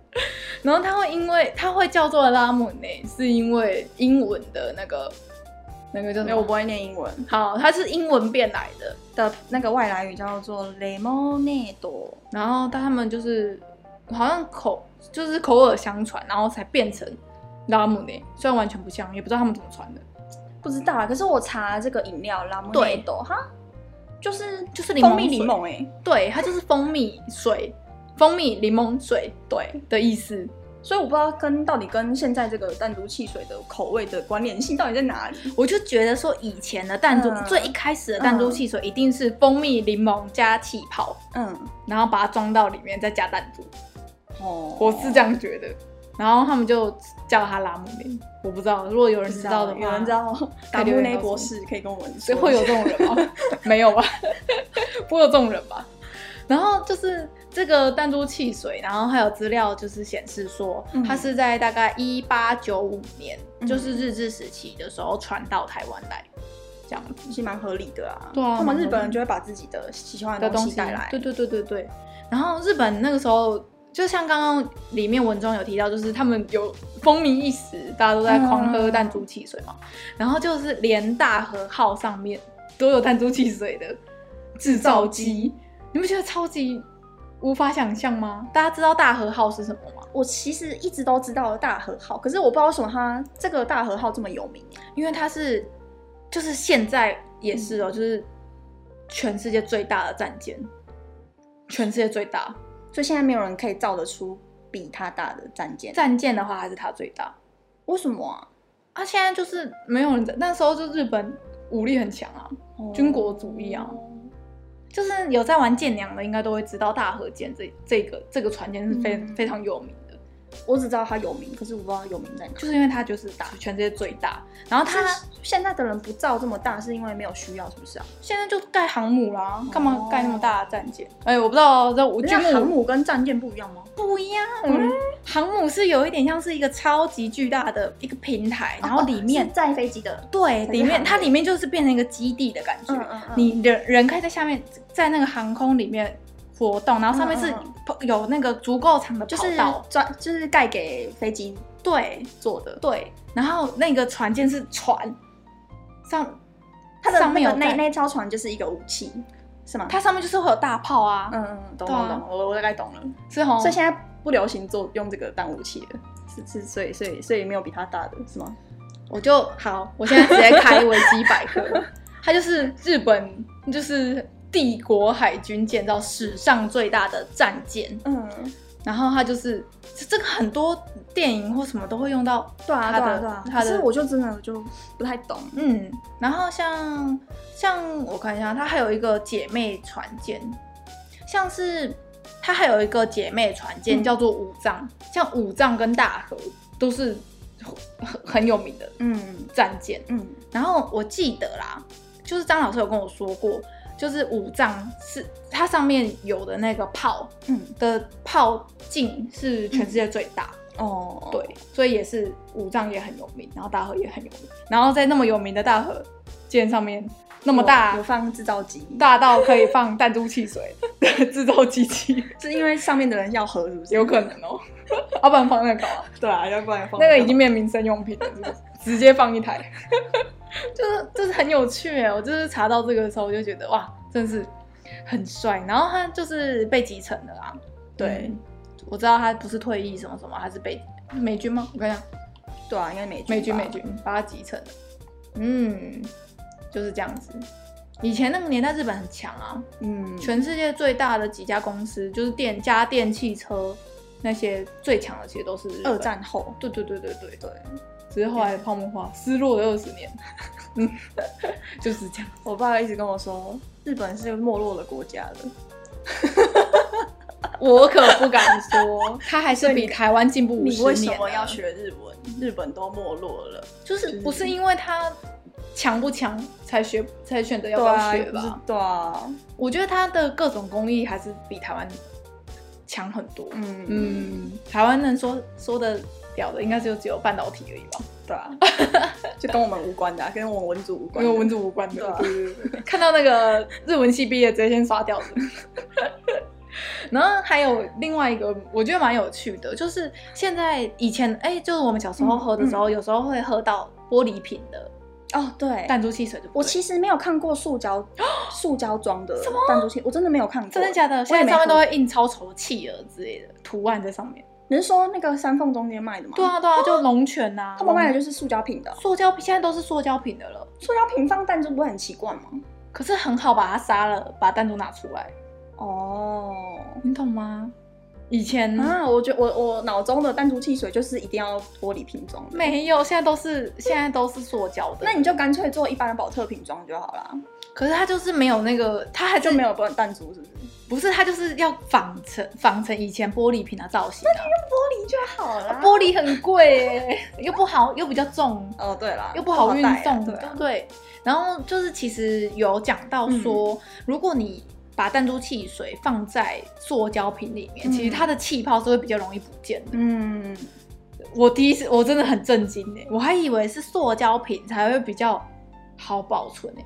然后它会因为它会叫做拉姆内，是因为英文的那个那个叫没什有，我不么？会念英文好，它是英文变来的，的那个外来语叫做 lemonade，然后但他们就是好像口就是口耳相传，然后才变成拉姆内，虽然完全不像，也不知道他们怎么传的，不知道啊。可是我查这个饮料 lemonade，哈，就是就是柠檬蜂蜜水柠檬哎，对，它就是蜂蜜水、蜂蜜柠檬水对，的意思。所以我不知道跟到底跟现在这个弹珠汽水的口味的关联性到底在哪里。我就觉得说，以前的弹珠、嗯最一开始的弹珠汽水一定是蜂蜜柠檬加气泡，嗯，然后把它装到里面再加弹珠，哦，我是这样觉得。然后他们就叫它拉姆林，我不知道，如果有人不知道的话，有人知道 达可以布留言内告诉博我士可以跟我们所说，以会有这种人吗？ 没有吧，不会有这种人吧？然后就是这个弹珠汽水，然后还有资料就是显示说，嗯它是在大概一八九五年，嗯就是日治时期的时候传到台湾来，这样子其实蛮合理的啊。对啊他们蛮合理日本人就会把自己的喜欢的东东西西带来。对对对对对。然后日本那个时候，就像刚刚里面文中有提到，就是他们有风靡一时，大家都在狂喝嗯弹珠汽水嘛。然后就是连大和号上面都有弹珠汽水的制造机，你不觉得超级无法想象吗？大家知道大和号是什么吗？我其实一直都知道大和号，可是我不知道为什么它这个大和号这么有名。因为它是，就是现在也是哦，嗯就是全世界最大的战舰，全世界最大所以现在没有人可以造得出比它大的战舰。战舰的话，还是它最大。为什么啊？啊，现在就是哦没有人在，那时候就日本武力很强啊，军国主义啊。就是有在玩舰娘的，应该都会知道大和舰这这个这个船舰是非、嗯非常有名的，我只知道它有名，可是我不知道有名在哪。就是因为它就是打全世界最大。然后它它现在的人不造这么大，是因为没有需要，是不是啊？现在就盖航母啦，干嘛哦盖那么大的战舰？哎、我不知道这我我军觉得航母母跟战舰不一样吗？不一样。航母是有一点像是一个超级巨大的一个平台，然后里面、哦是载飞机的，对，是里面航它母里面就是变成一个基地的感觉。嗯你人人可以在下面，在那个航空里面活动，然后上面是嗯嗯有那个足够长的就跑是道，专就是盖给飞机对做的，对。然后那个船舰是船上，它的上面那有个那盖那艘船就是一个武器，是吗？它上面就是会有大炮啊，嗯嗯，对懂懂啊懂，我我大概懂了。是吼所以现在不流行做用这个当武器了，是是，所以所以所以没有比它大的是吗？我就 好，我现在直接开维基百科， 它就是日本就是帝国海军建造史上最大的战舰，嗯，然后它就是这这个很多电影或什么都会用到对啊它对啊的对啊。它可的是我就真的就不太懂，嗯，然后像像我看一下，它还有一个姐妹船舰，像是它还有一个姐妹船舰、嗯叫做五藏，像五藏跟大和都是很很很有名的嗯战舰。嗯然后我记得啦，就是张老师有跟我说过，就是五藏是它上面有的那个炮嗯，的炮径是全世界最大。哦，对，所以也是五藏也很有名，然后大和也很有名，然后在那么有名的大和舰上面，那那么大有放制造机，大到可以放弹珠汽水 制造机 器，是因为上面的人要核是不是？有可能哦，要不然放那个干嘛对啊，要不然放那个已经变民生用品了，是 不是直接放一台， 就是就是很有趣耶。我就是查到这个的时候，我就觉得哇，真是很帅。然后他就是被集成的啦，对，嗯我知道他不是退役什么什么，他是被美军吗？我看一下。对啊，应该美军美军吧美军把它集成了。嗯，就是这样子。以前那个年代，日本很强啊，嗯，全世界最大的几家公司，就是电家电、汽车那些最强的，其实都是日本二。战后，对对对对对对。只是后来泡沫化，失落了二十年。 嗯，就是这样。我爸一直跟我说，日本是没落的国家了。我可不敢说，它还是比台湾进步五十你年。啊为什么要？学日文？日本都没落了，就是不是因为它强不强才学才选择要不要学吧？对啊，我觉得它的各种工艺还是比台湾强很多。嗯嗯，嗯，台湾能说说的屌的，应该就只有半导体而已吧，对 啊，就跟我们无关的、啊，跟我们文组无关跟的。文字无关的。对啊对对对对看到那个日文系毕业直接先刷掉的。 然后还有另外一个，我觉得蛮有趣的，就是现在以前哎、就是我们小时候喝的时候，嗯有时候会喝到玻璃瓶的哦，对，弹珠汽水，对不对我其实没有看过塑胶塑胶装的弹珠器，我真的没有看过。真的假的？我现在也没上面都喝会印超丑企鹅之类的图案在上面。你是说那个山缝中间卖的吗？对，啊，对啊，就龙泉呐、他们卖的就是塑胶瓶的哦，塑胶瓶，现在都是塑胶瓶的了。塑胶瓶放弹珠不会很奇怪吗？可是很好把它杀了，把弹珠拿出来，哦。你懂吗？以前、啊，我觉我我脑中的弹珠汽水就是一定要玻璃瓶装的，没有，现在都是现在都是塑胶的。那你就干脆做一般的保特瓶装就好啦，可是它就是没有那个，它还是就没有弹弹珠是不是？不是它就是要仿成仿成以前玻璃瓶的造型、啊。啊玻璃就好啦。玻璃很贵耶、又不好，又比较重，哦，对啦，又不好运带啊送，对对啊不对？然后就是其实有讲到说，如果你把弹珠汽水放在塑胶瓶里面，嗯其实它的气泡是会比较容易不见的。嗯，我第一次我真的很震惊哎、我还以为是塑胶瓶才会比较好保存哎、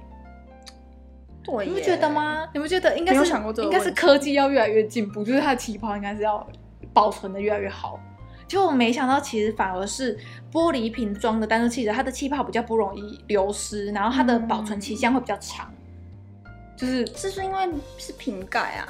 对，你不觉得？吗？你们觉得应该没有是想过这个应该问题是科技要越来越进步，就是它的气泡应该是要保存的越来越好。结果我没想到，其实反而是玻璃瓶装的单车汽水，它的气泡比较不容易流失，然后它的保存期限会比较长。就是，是不是因为是瓶盖啊？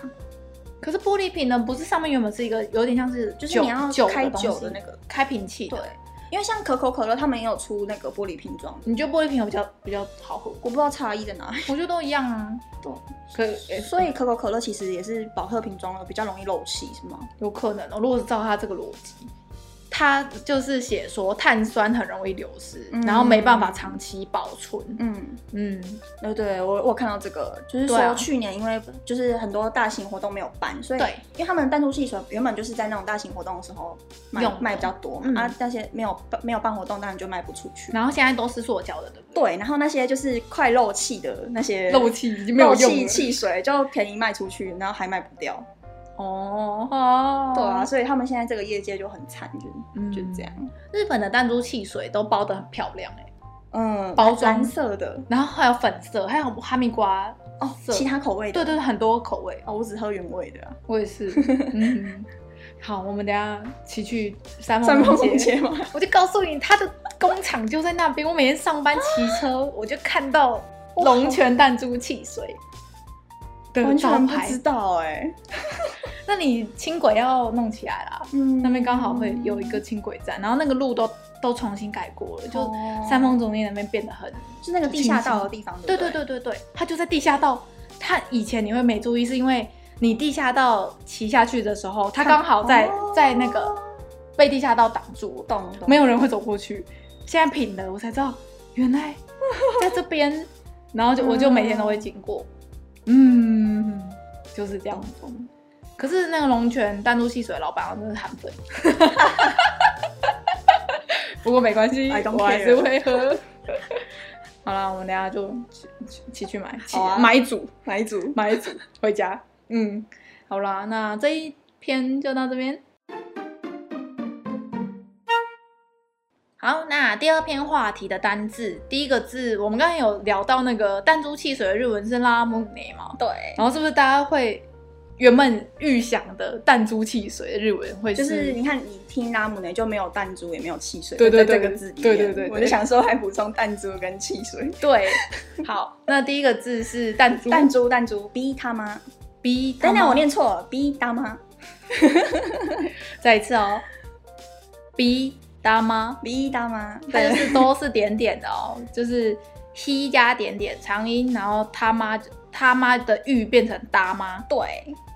可是玻璃瓶呢，不是上面原本是一个有点像是酒就是你要酒开东酒西的那个开瓶器的对，因为像可口可乐他们也有出那个玻璃瓶装的，你觉得玻璃瓶有比较比较好喝？我不知道差异在 哪里。我觉得都一样啊。对，可诶所以可口可乐其实也是保特瓶装的，比较容以漏气是吗？有可能哦。如果是照他这个逻辑，它就是写说碳酸很容易流失，嗯然后没办法长期保存。嗯，嗯，对对，我我看到这个，就是对啊说去年因为就是很多大型活动没有办，所以对因为他们弹珠汽水原本就是在那种大型活动的时候卖用的卖比较多嘛，嗯啊，那些没有没有办活动，当然就卖不出去。然后现在都是塑胶的，对不对？对，然后那些就是快漏气的那些漏气已经没有漏用气了汽水就便宜卖出去，然后还卖不掉。哦，哦对啊，，所以他们现在这个业界就很惨，就是、嗯就是这样。日本的弹珠汽水都包的很漂亮哎、嗯，包装蓝色的然后还有粉色，还有哈密瓜，哦，色其他口味对的对，对很多口味。哦，我只喝原味的、啊。我也是，嗯，好，我们等一下骑去三三凤凤凤凤街，街吗？我就告诉你，他的工厂就在那边。我每天上班骑车，我就看到啊龙泉弹珠汽水的完招全不牌知。道哎、欸那你轻轨要弄起来啦，嗯那边刚好会有一个轻轨站，然后那个路都都重新改过了，就哦三峰中间那边变得很是那个地下道的地方，对不对对对对，它就在地下道。它以前你会没注意，是因为你地下道骑下去的时候，它刚好在、哦在那个被地下道挡住，懂懂没有人会走过去。现在平了，我才知道原 来在这边，然后就我就每天都会经过，嗯，就是这样懂。懂。可是那个龙泉弹珠汽水的老板，我真的是韩 粉。不过没关系， I don't 我还是会喝。 好啦，我们等一下就去去去去买，好啊去买一组，哪一组？买一组回家。嗯，好啦，那这一篇就到这边。好，那第二篇话题的单字，第一个字我们刚才有聊到那个弹珠汽水的日文是拉姆内嘛？对，然后是不是大家会原本预想的弹珠汽水的日文会就是你看，你听拉姆呢就没有弹珠，也没有汽水，对对在对这个字里面，对对对对我就想说还补充弹珠跟汽水，对？好，那第一个字是弹珠，弹珠弹珠逼他妈， B，等他等妈我念错了，逼他妈，再一次哦，B 大妈，逼他妈，它就，是都是点点的哦， 就是 he 加点点长音，然后他妈他妈的玉变成大妈，对，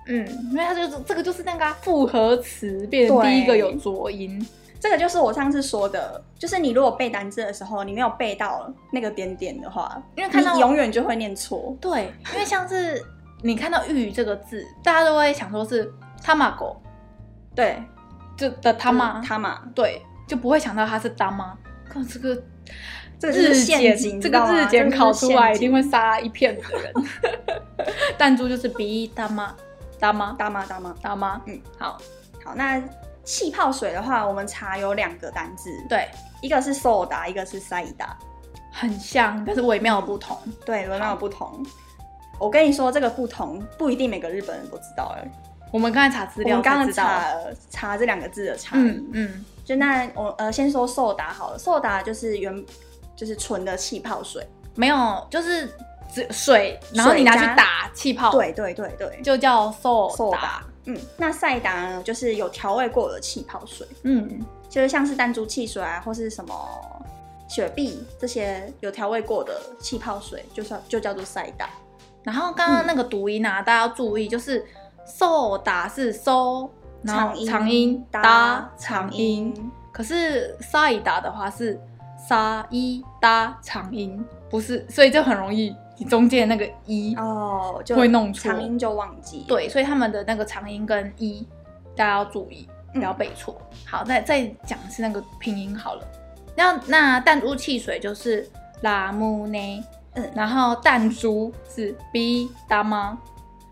嗯，因为它就是这个就是那个啊复合词变成对第一个有浊音，这个就是我上次说的，就是你如果背单字的时候，你没有背到那个点点的话，因为看到你永远就会念错，对，因为像是你看到“玉”这个字，大家都会想说是 “tamago” 对，就的 “tama”，嗯他妈，对，就不会想到它是 “tama”。看这个这个就是日陷检阱，，这你知道个吗日检考出来一定会。这个就是陷阱杀一片的人。 弹珠就是鼻大妈，大妈，大妈大妈，大妈，嗯，好，好，那气泡水的话，我们查有两个单字，对，一个是 soda，一个是 cider，很像，但是微妙不同。对，轮到有不同。我跟你说，这个不同不一定每个日本人都知道哎、我们刚才查资我料们刚才刚知道，查了查这两个字的差异、嗯嗯，就那我呃先说 soda 好了，soda 就是原就是纯的气泡水，没有，就是只水，然后你拿去水加打气泡，对对对对，就叫 so 打 soda，嗯，那赛达呢就是有调味过的气泡水，嗯，就是像是弹珠汽水啊，或是什么雪碧这些有调味过的气泡水，就算就叫做赛达。然后刚刚那个读音啊，大家要注意，就是受打是 so，然后长音长音搭搭长音，可是沙一达的话是沙一搭长音，不是，所以就很容易你中间那个一、哦，就会弄错长音就忘记。，对，所以他们的那个长音跟一，大家要注意，不嗯要背错。好，那再讲一次那个拼音好了。那那弹珠汽水就是拉姆内，嗯然后弹珠是 b 大妈，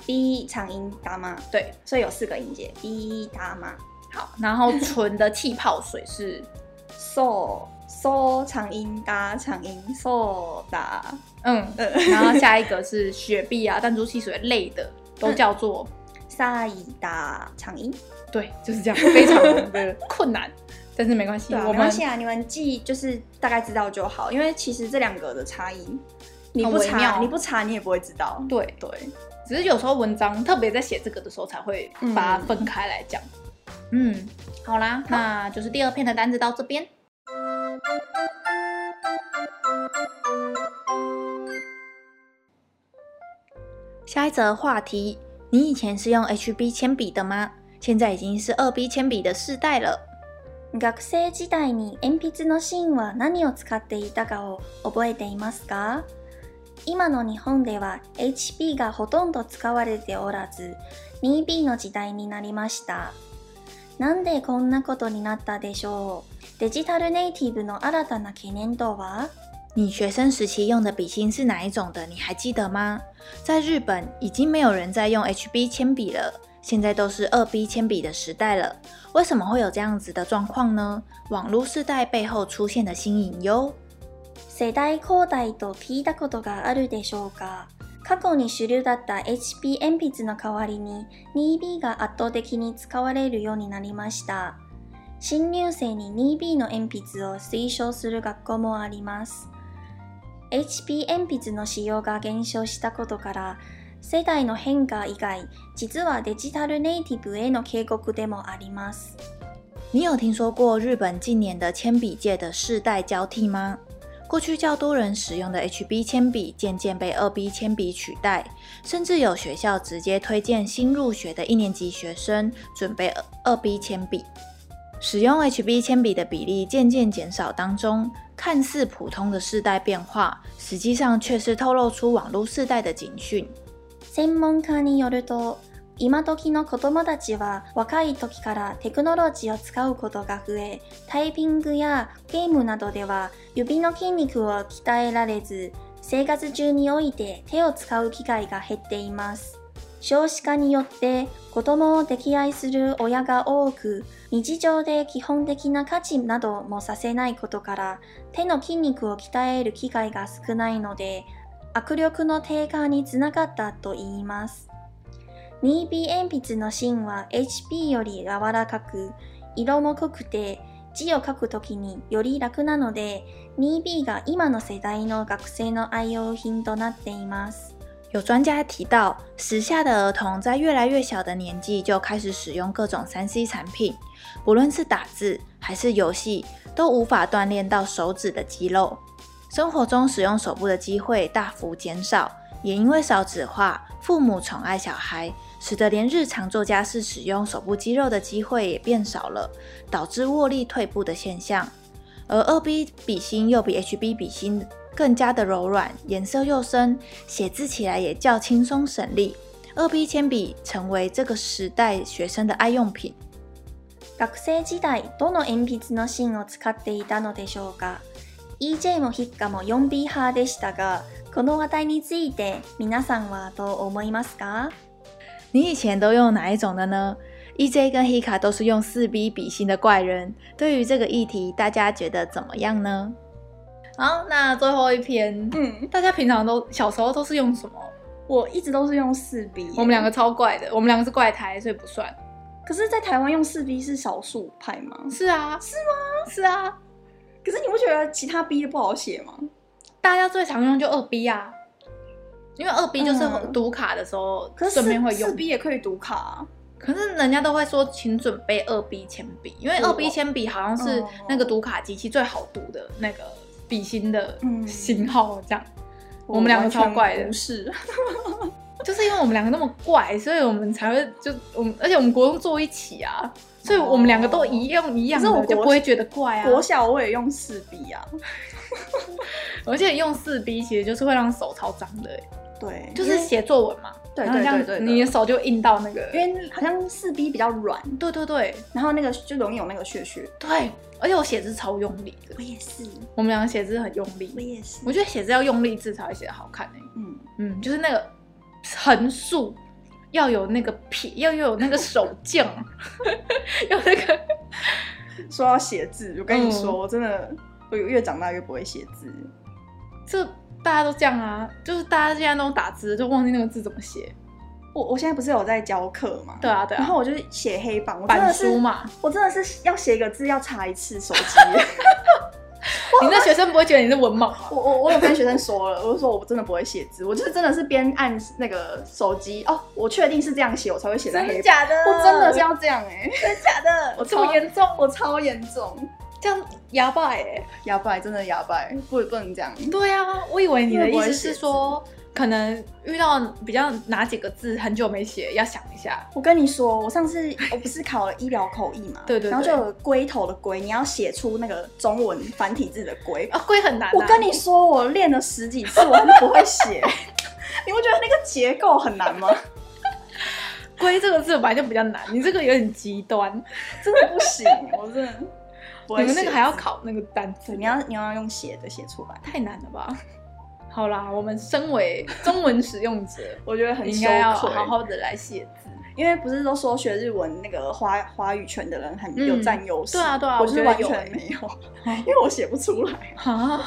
b 长音大妈，对，所以有四个音节，b 大妈好，然 后纯的气泡水是， ，so so 长音搭长音，so 哒，嗯，然后下一个是雪碧啊、弹珠汽水类的，嗯都叫做，赛达长音。对，就是这样，非常 的困难，但是没关系，对、啊，我没们关系啊，你们记就是大概知道就好，因为其实这两个的差异，你很不微妙查你不查你也不会知道。对，对，只是有时候文章特别在写这个的时候才会嗯把它分开来讲。嗯，好啦，那就是第二篇的单子到这边。下一则话题，你以前是用 HB 铅笔的吗？现在已经是二 B 铅笔的世代了。学生時代に鉛筆の芯は何を使っていたかを覚えていますか今の日本では HP がほとんど使われておらず 2B の時代になりましたなんでこんなことになったでしょうデジタルネイティブの新たな懸念とは你学生时期用的笔芯是哪一种的？你还记得吗？在日本已经没有人在用 HB 铅笔了，现在都是二 B 铅笔的时代了。为什么会有这样子的状况呢？网络世代背后出现的新隐忧。世代交代と聞いたことがあるでしょうか過去に主流だった HP 鉛筆の代わりに 2B が圧倒的に使われるようになりました新入生に 2B の鉛筆を推奨する学校もあります HP 鉛筆の使用が減少したことから世代の変化以外実はデジタルネイティブへの警告でもあります你有听说过日本近年的铅笔界的世代交替吗？过去较多人使用的 HB 铅笔渐渐被 2B 铅笔取代，甚至有学校直接推荐新入学的一年级学生准备 2B 铅笔。使用 HB 铅笔的比例渐渐减少当中，看似普通的世代变化，实际上却是透露出网络世代的警讯。専門家によると今時の子供たちは若い時からテクノロジーを使うことが増えタイピングやゲームなどでは指の筋肉を鍛えられず生活中において手を使う機会が減っています少子化によって子供を溺愛する親が多く日常で基本的な価値などもさせないことから手の筋肉を鍛える機会が少ないので握力の低下につながったと言います 2B 鉛筆の芯は HP より柔らかく色も濃くて字を書くときにより楽なので 2B が今の世代の学生の愛用品となっています有专家提到，时下的儿童在越来越小的年纪就开始使用各种三 C 产品，不论是打字还是游戏，都无法锻炼到手指的肌肉。生活中使用手部的机会大幅减少，也因为少子化，父母宠爱小孩，使得连日常做家事使用手部肌肉的机会也变少了，导致握力退步的现象。而二 B 笔芯又比 HB 笔芯更加的柔软，颜色又深，写字起来也较轻松省力。二 B 铅笔成为这个时代学生的爱用品。学生時代どの鉛筆の芯を使っていたのでしょうか EJ も筆下も 4B 派でしたがこの話題について皆さんはどう思いますか你以前都用哪一种的呢？EJ 跟 Hika 都是用四 B 笔芯的怪人。对于这个议题，大家觉得怎么样呢？好，那最后一篇，嗯，大家平常都小时候都是用什么？我一直都是用四 B，我们两个超怪的，我们两个是怪胎，所以不算。可是，在台湾用四 B 是少数派吗？是啊，是吗？是啊，可是你不觉得其他 B 不好写吗？大家最常用就二 B 啊，因为二 B 就是嗯读卡的时候可是顺便会四用四。B 也可以读卡、啊，可是人家都会说，请准备二 B 铅笔，因为哦二 B 铅笔好像是哦那个读卡机器最好读的那个笔芯的嗯型号，这样。我们两个超怪完全的无，视。就是因为我们两个那么怪，所以我们才会就我们，而且我们国中坐一起啊，所以我们两个都一样一样可是我的，国就不会觉得怪啊。国小我也用四 B 啊，而且用四 B 其实就是会让手超脏的欸、对，就是写作文嘛，嗯对然后这样对对对对你的手就印到那个，因为因为好像四 B 比较软，对对对然后那个就容易有那个血血。对，而且我写字超用力的，也是，我们两个写字很用我力，也是我觉得写字要用力字才会写得好看、欸、嗯，嗯，就是那个横竖要有那个撇，要有那个手劲， 要那个说到写字，我跟你说，嗯我真的，我越长大越不会写字。这大家都这样啊，就是大家现在都打字就忘记那个字怎么写，我我现在不是有在教课嘛，对啊对然啊后，我就是写黑板，我真板的是书，嘛，我真的是要写一个字要查一次手机。你那学生不会觉得你是文盲吗？我我我有跟学生说了，我就说我真的不会写字，我就是真的是边按那个手机哦，我确定是这样写，我才会写在黑板。假的我真的是要这样 哎、假的我这么超严重，我超严重，这样牙欸败哎、哑巴真的哑巴，不不能这样。对啊，我以为你的意思是说，可能遇到比较哪几个字很久没写，要想一下。我跟你说，我上次我不是考了医疗口 译嘛，对对对然后就有龟头的龟，你要写出那个中文繁体字的龟。啊，龟很难、啊。我跟你说，我练了十几次，我还是不会 写。你不觉得那个结构很难吗？龟这个字本来就比较难，你这个有点极端。真的不行，我 真的不你会写。们那个还要考那个单词对，，你要你要用写的写出来，太难了吧？好啦，我们身为中文使用者，我觉得很应羞该要愧。好好的来写字。因为不是都说学日文那个华华语圈的人很嗯有占优势、对啊对啊我就是我完觉得有全欸没 有，因为我写不出来，啊，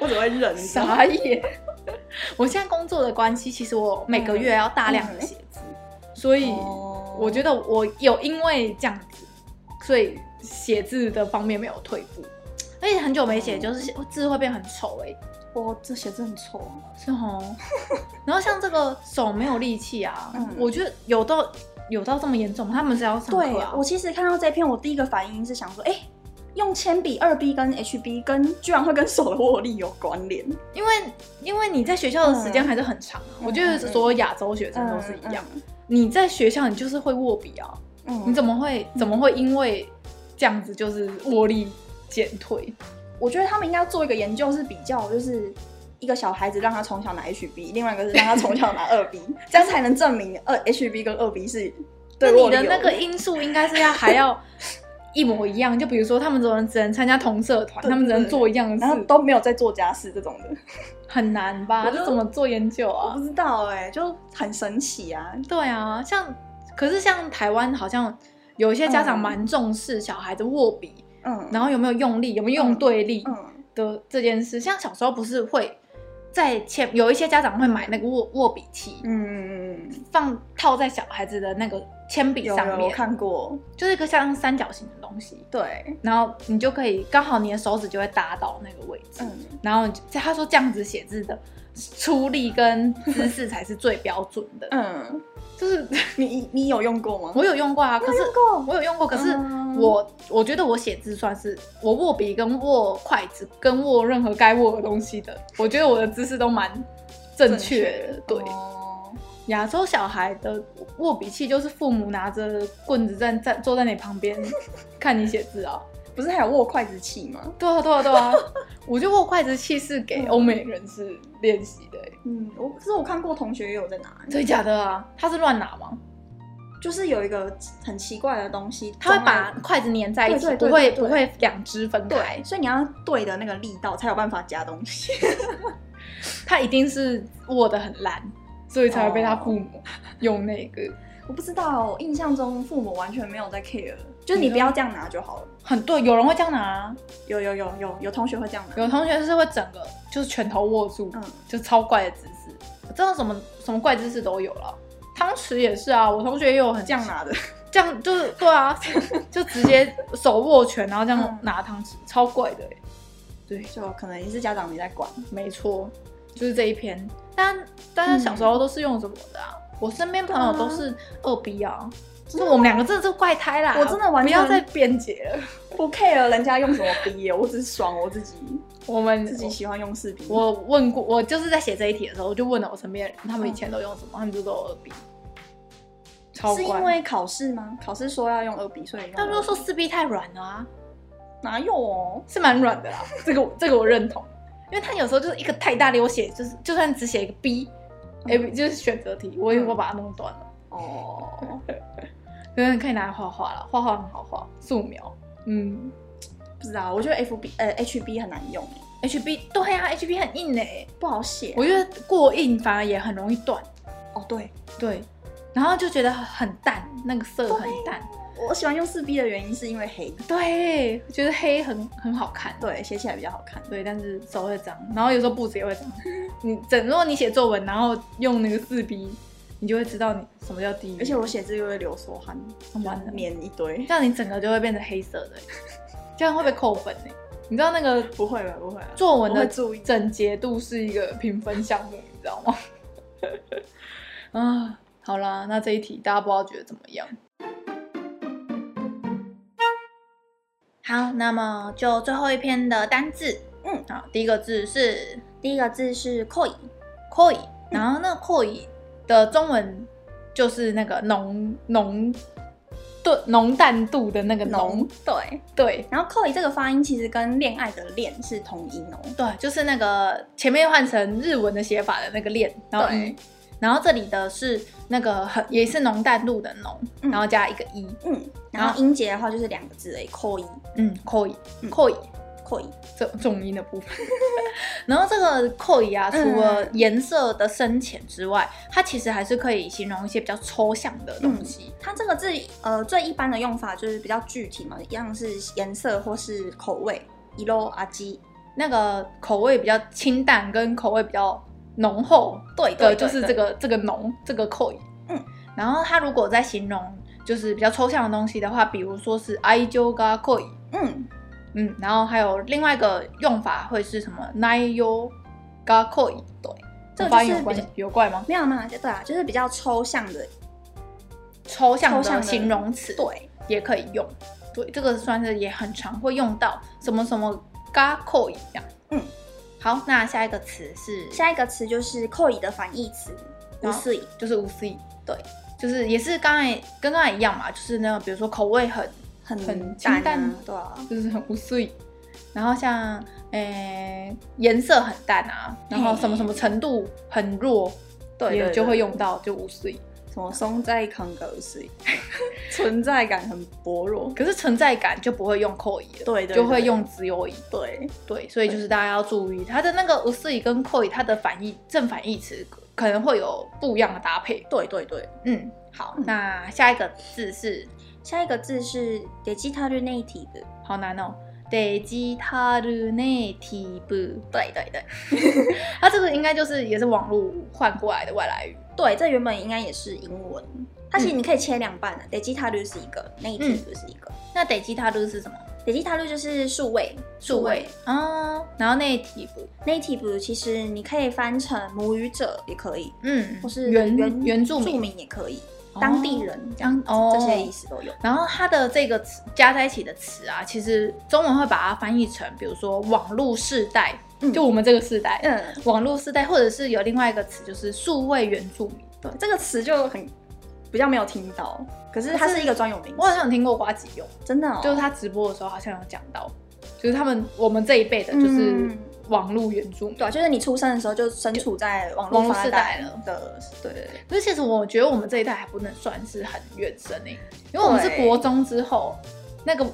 我只会忍。你知道吗傻眼！ 我现在工作的关系，其实我每个月要大量的写字，所以哦我觉得我有因为这样子，所以写字的方面没有退步。嗯而且很久没写，就是字会变很丑哎、我这写字很丑啊，是 哦。然后像这个手没有力气啊，嗯我觉得有到有到这么严重吗，他们是要上对课啊我。其实看到这篇，我第一个反应是想说，哎、用铅笔二 B 跟 HB 跟居然会跟手的握力有关联，因为因为你在学校的时间还是很长啊，嗯我觉得所有亚洲学生都是一样。你在学校你就是会握笔啊，嗯。嗯你怎么会怎么会因为这样子就是握力减退？我觉得他们应该做一个研究，是比较就是一个小孩子让他从小拿 HB，另外一个是让他从小拿二 B，这样才能证明二 HB 跟二 B 是那对你我的有那个因素应该是要还要一模一样，就比如说他们只能只能参加同社团，对他们只能做一样的然后事，都没有在做家事这种的，很难吧？我就这怎么做研究我啊？不知道哎、就很神奇啊。对啊，像可是像台湾好像有一些家长嗯蛮重视小孩子握笔，嗯，然后有没有用力，有没有用对力，嗯的这件事，像小时候不是会在前有一些家长会买那个握握笔器，嗯嗯，放套在小孩子的那个铅笔有上面，有我看过，就是一个像三角形的东西，对，然后你就可以刚好你的手指就会搭到那个位置，嗯然后你就他说这样子写字的出力跟姿势才是最标准 的，嗯，就是你你有用过吗？我有用过啊，可是过，我有用过，可是嗯我我觉得我写字算是我握笔跟握筷子跟握任何该握的东西的，我觉得我的姿势都蛮正确的。对，哦亚洲小孩的握笔器就是父母拿着棍子站站坐在你旁 边看你写字啊。不是还有握筷子器吗？对啊，对啊，对 啊，我觉得握筷子器是给欧美人士练习的欸、嗯，我可是我看过同学也有在拿，真的假的啊？他是乱拿吗？就是有一个很奇怪的东西，他会装在把筷子粘在一起，对不对对会对不会两只分开对，，所以你要对的那个力道才有办法夹东西。他一定是握得很烂，所以才会被他父母用那个。我不知道，我印象中父母完全没有在 care，就是你不要这样拿就好了。很对，有人会这样拿，啊有有有有有同学会这样拿，有同学是会整个就是拳头握住，嗯就超怪的姿势。我知道什么什么怪姿势都有了，汤匙也是啊，我同学也有很这样，拿的，这样就是对 啊，就直接手握拳，然后这样嗯拿汤匙，超怪的、欸。就可能也是家长没在管。没错，就是这一篇。但但是小时候都是用什么的啊？我身边朋友都是二 B 啊，就是我们两个真的是怪胎啦。我真的完不全要再辩解了，不 care 人家用什么笔耶，我只是爽我自己，我们自己喜欢用四笔。我问过，我就是在写这一题的时候，我就问了我身边的人，他们以前都用什么，他们就都有二 B，超是怪。因为考试吗？考试说要用二笔，所以用他们二都笔说四 B 太软了啊，哪有哦？是蛮软的啦，这个这个我认同，因为他有时候就是一个太大力，我写就是就算只写一个 B，嗯哎、就是选择题，我也会把它弄断了。哦，有人可以拿来画画了，画画很好画，素描。嗯不知道，我觉得 F B 呃 H B 很难用耶， ，HB 对啊，HB 很硬哎、不好写。我觉得过硬反而也很容易断。哦对，对，然后就觉得很淡，那个色很淡。我喜欢用四 B 的原因是因为黑，对，觉得黑很很好看。对，写起来比较好看。对，但是手会脏，然后有时候步子也会脏。你整，如果你写作文，然后用那个四 B，你就会知道你什么叫低。而且我写字又会流手汗，哦完了粘一堆。这样，你整个就会变成黑色的，这样会被扣分呢。你知道那个不会吧？不会吧？作文我的会注意整洁度是一个评分项目，你知道吗？ 啊，好啦，那这一题大家不知道觉得怎么样？好，那么就最后一篇的单字，嗯，好，第一个字是第一个字是 koi， koi，然后那阔椅的中文就是那个浓浓对浓淡度的那个浓，对。对然后 c o 这个发音其实跟恋爱的恋是同音哦。对，就是那个前面换成日文的写法的那个恋，然后对一，然后这里的是那个很也是浓淡度的浓，嗯然后加一个一，嗯，然然后后音节的话就是两个字而已 c o 嗯，阔椅嗯阔椅 c o 这重音的部分。 然后这个扣椅啊，除嗯了颜色的深浅之外，它其实还是可以形容一些比较抽象的东西。它这个字呃最一般的用法就是比较具体嘛，一样是颜色或是口味。一路阿基，那个口味比较清淡，跟口味比较浓厚对的，就是对这个这个浓这个扣椅。嗯，然后它如果在形容就是比较抽象的东西的话，比如说是愛情が濃い，嗯，嗯，然后还有另外一个用法会是什么内容が濃い，对，这个发就音是有比关较有怪吗？没有没有，对啊，就是比较抽象的，抽象抽象的的形容词，对，也可以用。对，这个算是也很常会用到什么什么嘎扣一样。嗯，好，那下一个词是下一个词就是 c o 的反义词，然无后水，就是无 C，对，就是也是刚才跟刚才一样嘛，就是那种比如说口味很很很清淡淡啊，对啊，就是很无 C，然后像诶颜、色很淡啊，然后什么什么程度很弱，对对也对就会用到就无 C。什么存在感が薄い， 存在感很薄弱，可是存在感就不会用扣一了，对对就会对用只有一。对，对，所以就是大家要注意它的那个 u s i 跟 koi 它的反义正反义词可能会有不一样的搭配。对对对。嗯，好，嗯那下一个字是下一个字是 digital native，好难哦。digital native，对对对， 它这个应该就是也是网络换过来的外来语。对，这原本应该也是英文，它其实你可以切两半啊嗯的、digital 是一个，native 是一个、那 digital 是什么？ digital 就是数位，数位啊、哦，然后 native， native 其实你可以翻成母语者也可以，嗯，或是原原原住民民也可以，哦当地人这样子、哦这些意思都有。然后它的这个词加在一起的词啊，其实中文会把它翻译成，比如说网络世代，嗯就我们这个世代，嗯，网络世代，或者是有另外一个词就是数位原住民。对，这个词就很比较没有听到，可是它可是是一个专有名词，我好像有听过瓜吉用，真的、哦，就是他直播的时候好像有讲到，就是他们我们这一辈的就是嗯网络原住民。对啊、就是你出生的时候就身处在网网络络发时代达了的，对对对。可是其实我觉得我们这一代还不能算是很远生诶、因为我们是对国中之后，那个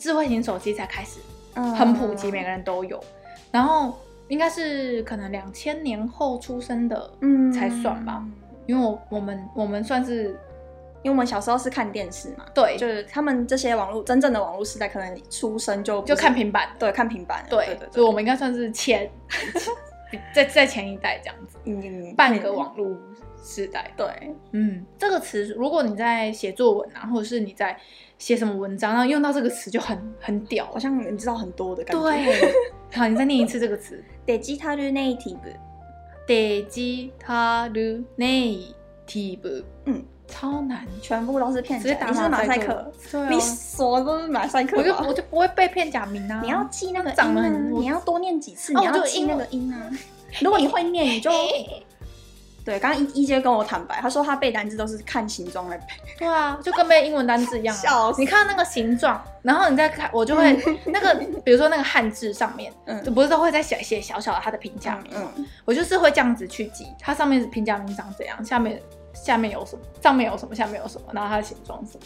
智慧型手机才开始嗯很普及，每个人都有。然后应该是可能两千年后出生的，嗯才算吧。因为我我们我们算是因为我们小时候是看电视嘛，对，就就是他们这些网络真正的网络时代，可能出生就不就是看平板，对看平板了，对对对所以对，我们应该算是 前在在前一代这样子，嗯半个网络时代。对嗯，这个词如果你在写作文啊，或者是你在写什么文章，然后用到这个词就很很屌，好像你知道很多的感觉。对。好，你再念一次这个词。 ，digital native， digital native，嗯，超难，全部都是骗直假接，打你是马赛克克，，对啊你说都是马赛克我就吧我就不会被骗假名啊。你要记那个长音得啊，很你要多念几次，哦你要就记英那文个音啊。 如果你会念， 你就对。刚刚一一姐跟我坦白，她说她背单词都是看形状来背。对啊，就跟背英文单字一 样、啊笑。死你看那个形状，然后你再看，我就会那个，比如说那个汉字上面，嗯就不是都会在写写小小的它的平假名，嗯，我就是会这样子去记，它上面是平假名长怎样，下面下面有什么，上面有什么，下面有什么，然后它的形状是什么。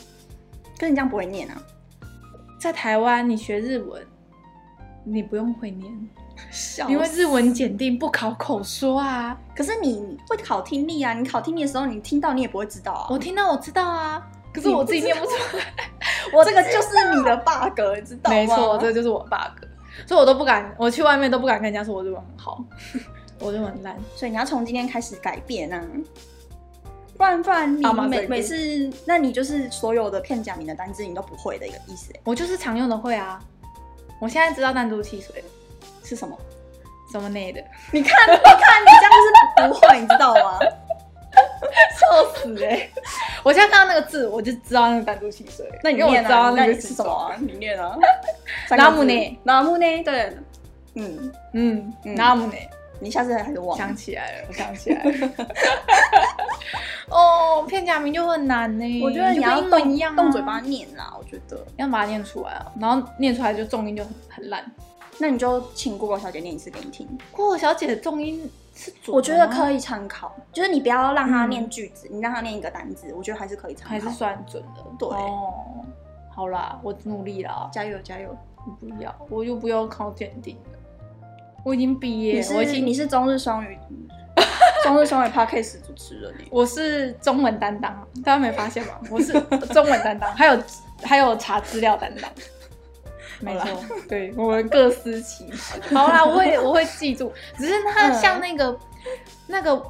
可是你这样不会念啊，在台湾，你学日文，你不用会念，笑因因为为日文检定不考口说啊。可是你会考听力啊，你考听力的时候，你听到你也不会知道啊。我听到我知道啊，可是我自己念不出来。我这个就是你的 bug，你知道吗？没错，这就是我的 bug，所以我都不敢，我去外面都不敢跟人家说我日文很好， 我日文很烂。所以你要从今天开始改变啊，不然不然你好嘛每随便每次，那你就是所有的片假名的单字你都不会的一个意思欸我就是常用的会啊，我现在知道弹珠汽水了是什么？什么内的，你看，你看，你这样就是不会，你知道吗？笑死哎、我现在看到那个字，我就知道那个弹珠汽水了，那你因为念我知道啊，那那个你是是什什么么。。啊？你念啊拉姆内，拉姆内，对，嗯，嗯，嗯那么呢？你下次还是忘了想起来了，我想起来了。 哦，片假名就很难呢。我觉得你要就跟英文动一样、啊，动嗯嘴巴，念啦。我觉得，要把它念出来啊。然后念出来就重音就很很烂。那你就请 Google 小姐念一次给你听。过火小姐的重音是左，我觉得可以，以参考，就是你不要让她嗯念句子，你让她念一个单字，我觉得还是可以参考。还是算准的。对哦，好啦，我努力啦。加油加油！不要，我又不要考检定了。我已经毕业你了，我已是经你是中日双语中日双语 podcast 主持人欸我是中文担当，大家没发现吗？我 是中文担当，还有还有查资料担当。没好错，对我们各司其职。 好啦，我会我会记住，只是它嗯像那个、那个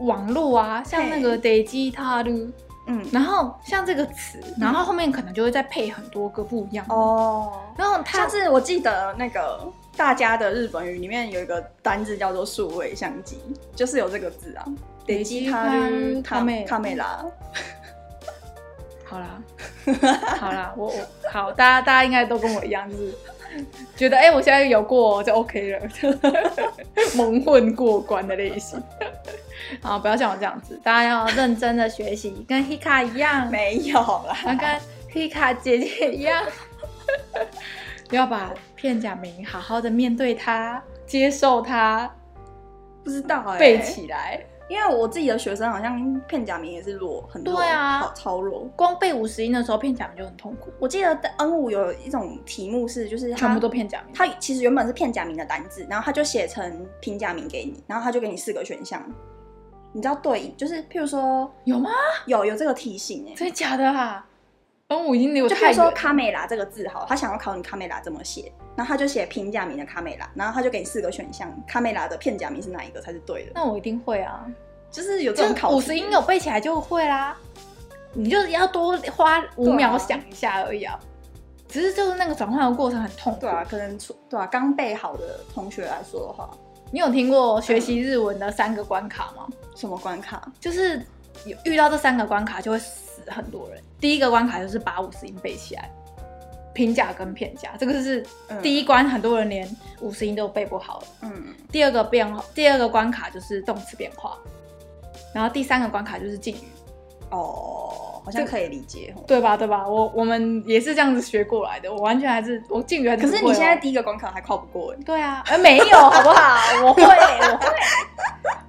网络啊，像那个 d i g i t a l 嗯然后像这个词，然后后面可能就会再配很多个不一样的。哦。然后它上次我记得那个大家的日本语里面有一个单字叫做数位相机，就是有这个字啊。デジタルカカメメラカメラ，嗯好啦，好啦，我我好，大家大家应该都跟我一样，就是觉得哎、我现在有过就 OK 了， 蒙混过关的类型。啊，不要像我这样子，大家要认真的学习，跟 Hika 一样，没有啦。要跟 Hika 姐姐一样， 要把片假名好好的面对它，接受它，不知道哎、背起来。因为我自己的学生好像片假名也是弱，很弱，对啊超超弱。光背五十音的时候，片假名就很痛苦，我记得 N 五有一种题目是，就是它全部都片假名。它其实原本是片假名的单字，然后它就写成平假名给你，然后它就给你四个选项。你知道对应就是，譬如说有吗？有有这个提醒哎、真的假的啊？嗯，我已经离我就譬太如远说了。卡美拉这个字好，他想要考你卡美拉怎么写，然后他就写平假名的卡美拉，然后他就给你四个选项，卡美拉的片假名是哪一个才是对的？那我一定会啊，就是有这种这考五题十音有背起来就会啦。你就是要多花五秒对啊想一下而已啊。只是就是那个转换的过程很痛苦。对啊，可能出对啊，刚备好的同学来说的话，你有听过学习日文的三个关卡吗？什么关卡？就是有遇到这三个关卡就会死很多人。第一个关卡就是把五十音背起来，平假跟片假，这个是嗯第一关，很多人连五十音都背不好了。嗯，第二个变化，第二个关卡就是动词变化，然后第三个关卡就是敬语，哦，好像这可以理解哦。对吧？对吧？我我们也是这样子学过来的，我完全还是我敬语还可不是会你哦现在第一个关卡还考不过哎，对啊，呃没有好不好？我会，我会，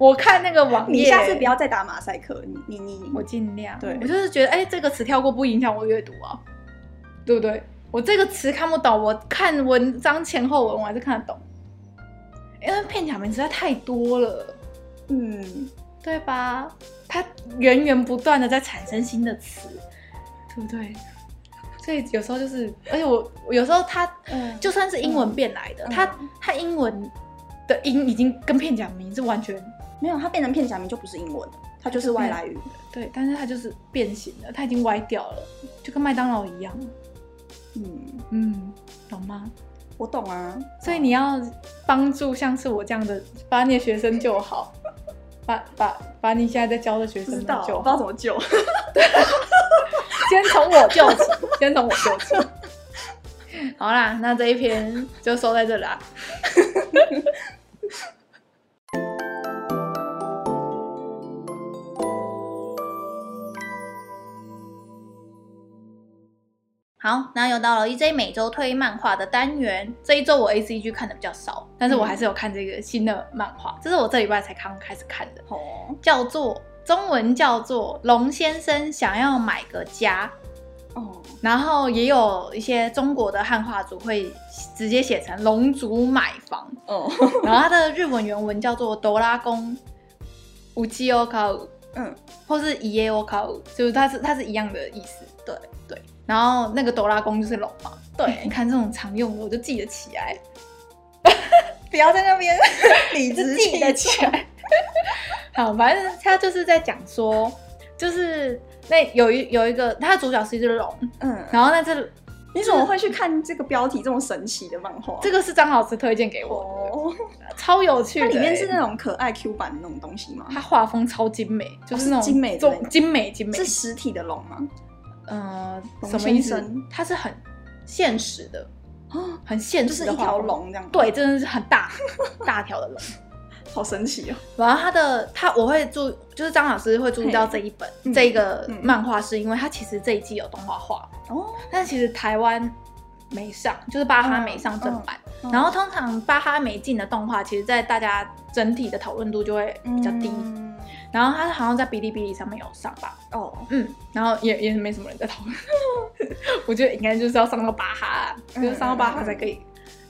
我看那个网页，啊你下次不要再打马赛克，你你你我尽量。对我就是觉得，哎、这个词跳过不影响我阅读啊，对不对？我这个词看不懂，我看文章前后文我还是看得懂，因为片假名实在太多了。嗯，对吧？它源源不断的在产生新的词，对不对？所以有时候就是，而且我我有时候它、嗯就算是英文变来的，嗯它它英文的音已经跟片假名是完全没有，它变成片假名就不是英文了，它就是外来语。对，但是它就是变形了，它已经歪掉了，就跟麦当劳一样，嗯，嗯，懂吗？我懂啊。所以你要帮助像是我这样的把你的学生就好， 把把把你现在在教的学不生知就道，好，我不知道怎么救。先从我救起， 先从我救起。好啦，那这一篇就收在这啦。 好，那又到了 EJ 每周推漫画的单元。这一周我 A C G 看的比较少，但是我还是有看这个新的漫画，这是我这礼拜才刚开始看的，哦叫做中文叫做《龙先生想要买个家哦，》，然后也有一些中国的汉化组会直接写成“龙族买房哦，”，然后它的日文原文叫做“哆啦公无基欧卡五”。哦嗯，或是一夜我考，就是它是它是一样的意思。对对，然后那个哆啦公就是龙嘛。对 你看这种常用的我就记得起来， 不要在那边理就 直记气得壮起来。好，反正他就是在讲说，就是那有一有一个他的主角是一只龙，嗯，然后那只你怎么会去看这个标题这么神奇的漫画？这个是张老师推荐给我哦，的，超有趣它的、里面是欸那种可爱 Q 版的那种东西吗？他画风超精美，就是哦是那种精美的中那种精美精美是实体的龙吗？呃，龙什么意先思生？它是很现实的，哦很现就实是的一画条风。龙这 样。对，真的是很大大条的龙。好神奇哦！然后他的他我会注，就是张老师会注意到这一本嗯这一个嗯漫画，是因为他其实这一季有动画化，哦，但是其实台湾没上，就是巴哈没上正版。嗯嗯然后通常巴哈没进的动画，其实在大家整体的讨论度就会比较低。嗯然后他好像在哔哩哔哩上面有上吧，哦，嗯，然后也也没什么人在讨论。 我觉得应该就是要上到巴哈啊，嗯就是上到巴哈才可以，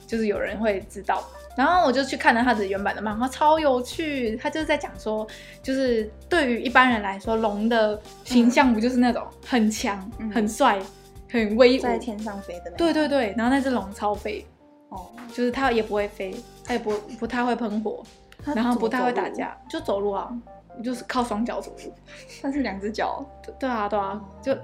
就是有人会知道。然后我就去看了他的原版的漫画，超有趣。他就是在讲说，就是对于一般人来说，龙的形象不就是那种很强、嗯很帅、很威武，在天上飞的那对对对，然后那只龙超飞，哦，就是它也不会飞，它也不不太会喷火，它然后不怎太么会走打路，架，就走路啊，就是靠双脚走路。但是两只脚对对啊对啊，就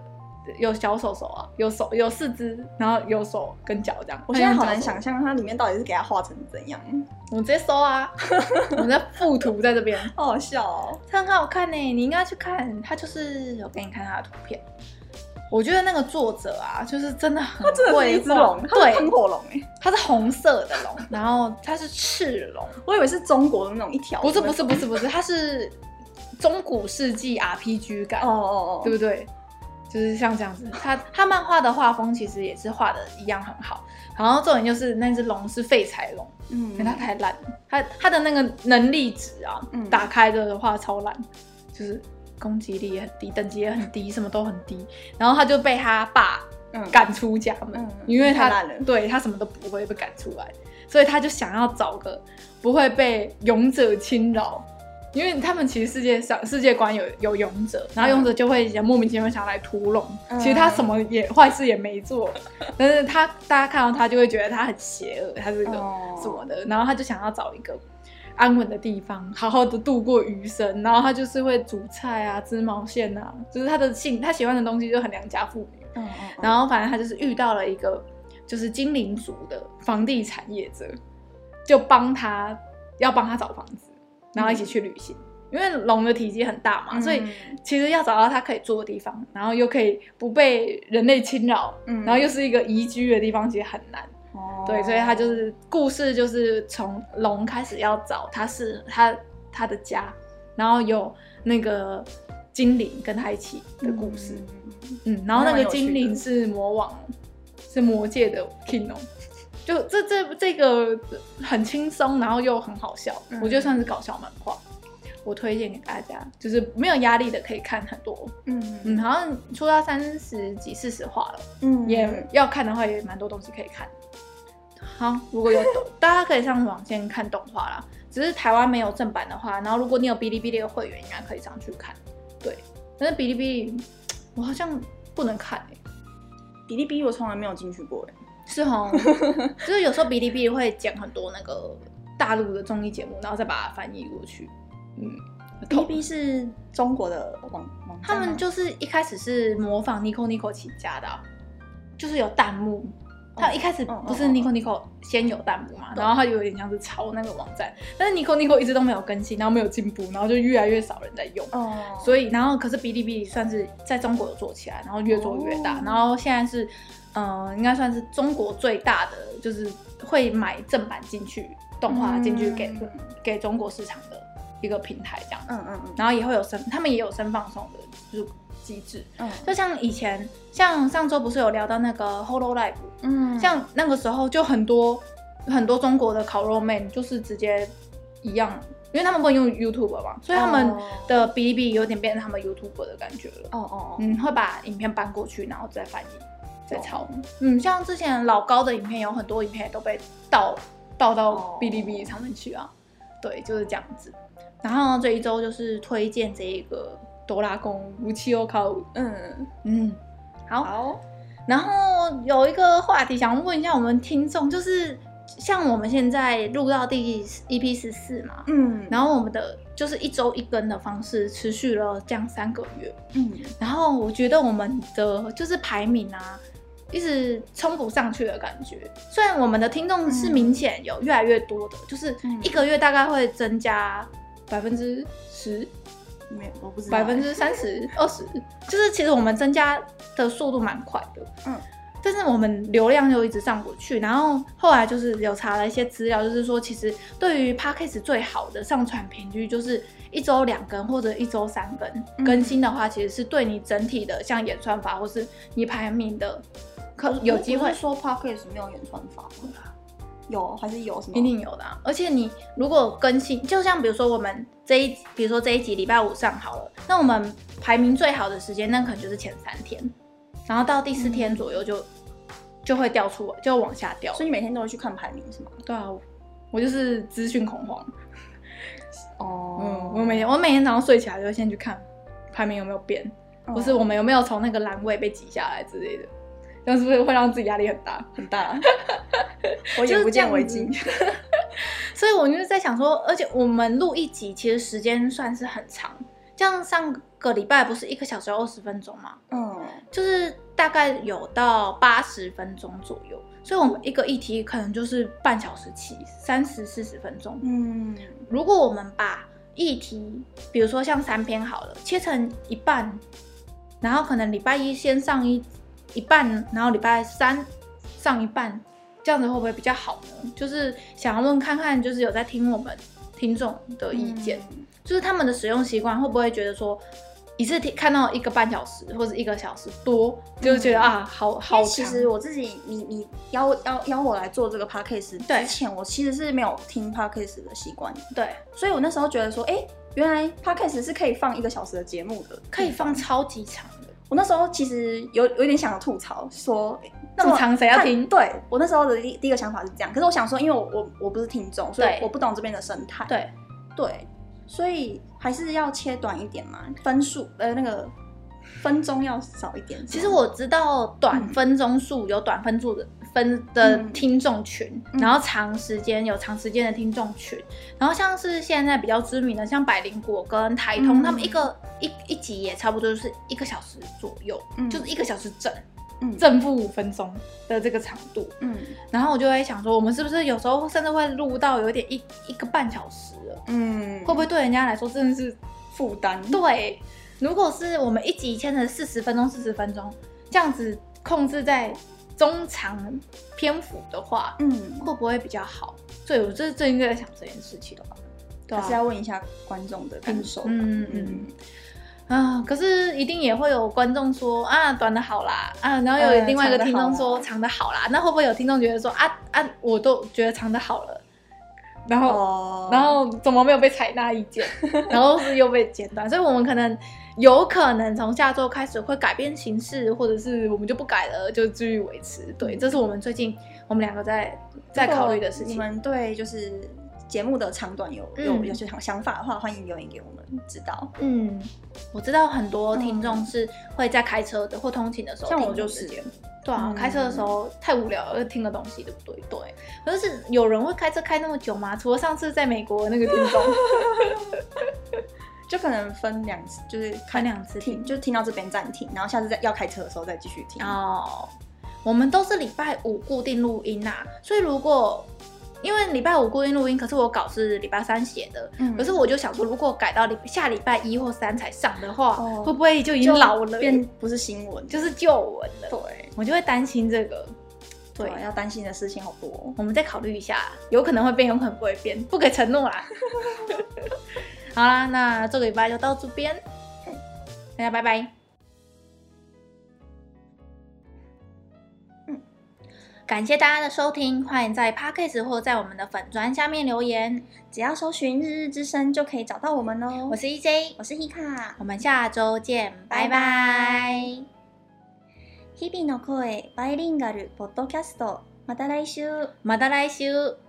有小手手啊，有手有四肢，然后有手跟脚这样。我现在好它用难脚想走象它里面到底是给它画成怎样，路，我直接搜啊， 我们在附图在这 边，好好笑哦。它很好看呢、你应该去看。它就是我给你看它的图片。我觉得那个作者啊，就是真的很真的是会一只画龙，它对是，喷火龙哎，它是红色的龙，然后它是赤龙，我以为是中国的那种一条。不是不是不是不是，它是中古世纪 RPG 感，哦哦哦，对不对？就是像这样子，它它漫画的画风其实也是画的一样很好。然后重点就是那只龙是废柴龙，因为它嗯，太烂了，它它的那个能力值啊，嗯打开的话超烂，就是攻击力也很低，等级也很低，什么都很低。然后他就被他爸嗯赶出家门，嗯因为太他烂了对他什么都不会被赶出来，所以他就想要找个不会被勇者侵扰，因为他们其实世界上世界观有有勇者，然后勇者就会想莫名其妙想来屠龙，嗯其实他什么也坏事也没做，但是他大家看到他就会觉得他很邪恶，他是一个哦什么的，然后他就想要找一个。安稳的地方，好好的度过余生。然后他就是会煮菜啊、织毛线啊，就是他的性，他喜欢的东西就很良家妇女。嗯嗯嗯然后反正他就是遇到了一个就是精灵族的房地产业者，就帮他要帮他找房子，然后一起去旅行。因为龙的体积很大嘛，嗯所以其实要找到它可以住的地方，然后又可以不被人类侵扰，嗯然后又是一个宜居的地方，其实很难。哦对，所以他就是故事就是从龙开始要找他是他他的家，然后有那个精灵跟他一起的故事。嗯，然后那个精灵是魔王，是魔界的 king 哦。就这这这个很轻松，然后又很好笑，嗯我觉得算是搞笑漫画，我推荐给大家，就是没有压力的可以看很多。嗯嗯，好像出到三十几、四十话了，嗯也要看的话也蛮多东西可以看。好，如果有大家可以上网先看动画啦，只是台湾没有正版的话，然后如果你有哔哩哔哩的会员，应该可以上去看。对，但是哔哩哔哩我好像不能看诶、比利比我从来没有进去过哎，是哦，就是有时候哔哩哔哩会剪很多那个大陆的综艺节目，然后再把它翻译过去。嗯，比利比是中国的网网他站啊吗们就是一开始是模仿 Nico Nico 起家的啊、就是有弹幕。他一开始嗯嗯不是嗯 Nico Nico 先有弹幕嘛，然后他有点像是抄那个网站，但是 Nico Nico 一直都没有更新，然后没有进步，然后就越来越少人在用。哦，所以，然后可是哔哩哔哩算是在中国有做起来，然后越做越大，哦然后现在是，嗯、应该算是中国最大的，就是会买正版进去动画进去给、嗯给中国市场的一个平台这样，嗯嗯嗯然后也会有声，他们也有声放送的就是机制，嗯就像以前，像上周不是有聊到那个 Holo Live，嗯像那个时候就很多很多中国的烤肉妹就是直接一样，因为他们不能用 YouTube 嘛，所以他们哦的哔哩哔哩有点变成他们 YouTube 的感觉了。哦哦哦嗯，会把影片搬过去，然后再翻译，再抄。嗯，像之前老高的影片，有很多影片也都被盗盗到哦哔哩哔哩上面去啊。对，就是这样子。然后这一周就是推荐这一个哆啦公无期欧卡舞。嗯嗯，好。好然后有一个话题想问一下我们听众，就是像我们现在录到第 EP 十四嘛，嗯然后我们的就是一周一更的方式持续了这样三个月，嗯然后我觉得我们的就是排名啊，一直冲不上去的感觉。虽然我们的听众是明显有越来越多的，就是一个月大概会增加百分之十、没我不知道百分之三十、二十，就是其实我们增加的速度蛮快的。嗯，但是我们流量又一直上不去，然后后来就是有查了一些资料，就是说其实对于 podcast 最好的上传频率就是一周两更或者一周三更，更新的话其实是对你整体的像演算法或是你排名的，可有机我会是说 podcast 没有原创法吗有还是有什么？一定有的啊、而且你如果更新，就像比如说我们这一，比如说这一集礼拜五上好了，那我们排名最好的时间，那可能就是前三天，然后到第四天左右就、就会掉出来，就往下掉。嗯所以你每天都会去看排名是吗？对啊，我我就是资讯恐慌。哦嗯，我每天我每天早上睡起来就会先去看排名有没有变，哦或是我们有没有从那个栏位被挤下来之类的，这样是不是会让自己压力很大？很 大，我眼不见为净。所以我就是在想说，而且我们录一集其实时间算是很长，像上个礼拜不是一个小时二十分钟嘛，嗯，就是大概有到八十分钟左右，所以我们一个议题可能就是半小时起，三十四十分钟。嗯，如果我们把议题，比如说像三篇好了，切成一半，然后可能礼拜一先上一一半，然后礼拜三上一半，这样子会不会比较好呢？就是想要问看看，就是有在听我们听众的意见，嗯就是他们的使用习惯会不会觉得说。一次听看到一个半小时或者一个小时多，就是觉得、啊，好嗯因好长。为其实我自己，你你邀邀邀我来做这个 podcast 对之前，我其实是没有听 podcast 的习惯，对，所以我那时候觉得说，哎、原来 podcast 是可以放一个小时的节目的。可以嗯放超级长的，我那时候其实有有点想要吐槽，说诶那么长谁要看听？对我那时候的第第一个想法是这样，可是我想说，因为我我我不是听众，所以对我不懂这边的生态。对，对，所以还是要切短一点嘛，分数呃那个分钟要少一点。其实我知道短分钟数有短分数的分的嗯听众群，嗯然后长时间有长时间的听众群，然后像是现在比较知名的，像百灵果跟台通，嗯他们一个一一集也差不多就是一个小时左右，嗯就是一个小时整，嗯正负五分钟的这个长度。嗯然后我就会想说，我们是不是有时候甚至会录到有点一一个半小时了，嗯，会不会对人家来说真的是负担？对，如果是我们一集签成四十分钟、四十分钟这样子控制在中长篇幅的话，嗯，会不会比较好？对，我这最近就在想这件事情了。对还啊是，要问一下观众的感受吧。嗯嗯嗯啊，可是一定也会有观众说啊，短的好啦，啊，然后有呃另外一个长听得好众说啦长的好啦，那会不会有听众觉得说啊啊，我都觉得长的好了，然后哦然后怎么没有被采纳意见， 然后是又被剪短，所以我们可能有可能从下周开始会改变形式，或者是我们就不改了，就继续维持。对，这是我们最近我们两个在在考虑的事你情。们对就是节目的长短有有嗯有些想想法的话，欢迎留言给我们知道。嗯，我知道很多听众嗯是会在开车的或通勤的时候听像们我的节目，就是对啊，嗯开车的时候太无聊了，听个东西，对不对？对。可是有人会开车开那么久吗？除了上次在美国那个听众，就可能分两次，就是分看两次听，就听到这边暂停，然后下次再要开车的时候再继续听。哦，我们都是礼拜五固定录音呐、所以如果因为礼拜五固定录音，可是我稿是礼拜三写的，嗯可是我就想说，如果改到礼下礼拜一或三才上的话，哦会不会就已经就老了，变不是新闻，就是旧闻了？对我就会担心这个。对，要担心的事情好多哦、我们再考虑一下，有可能会变，有可能不会变，不给承诺 啦。好啦，那这个礼拜就到这边，大家拜拜。嗯，感谢大家的收听，欢迎在 Podcast 或在我们的粉砖下面留言。只要搜寻“日日之声”就可以找到我们哦我。是 EJ，我是 Hika。我们下周见，拜拜日々の声バイリンガルポッドキャストまた来週また来週。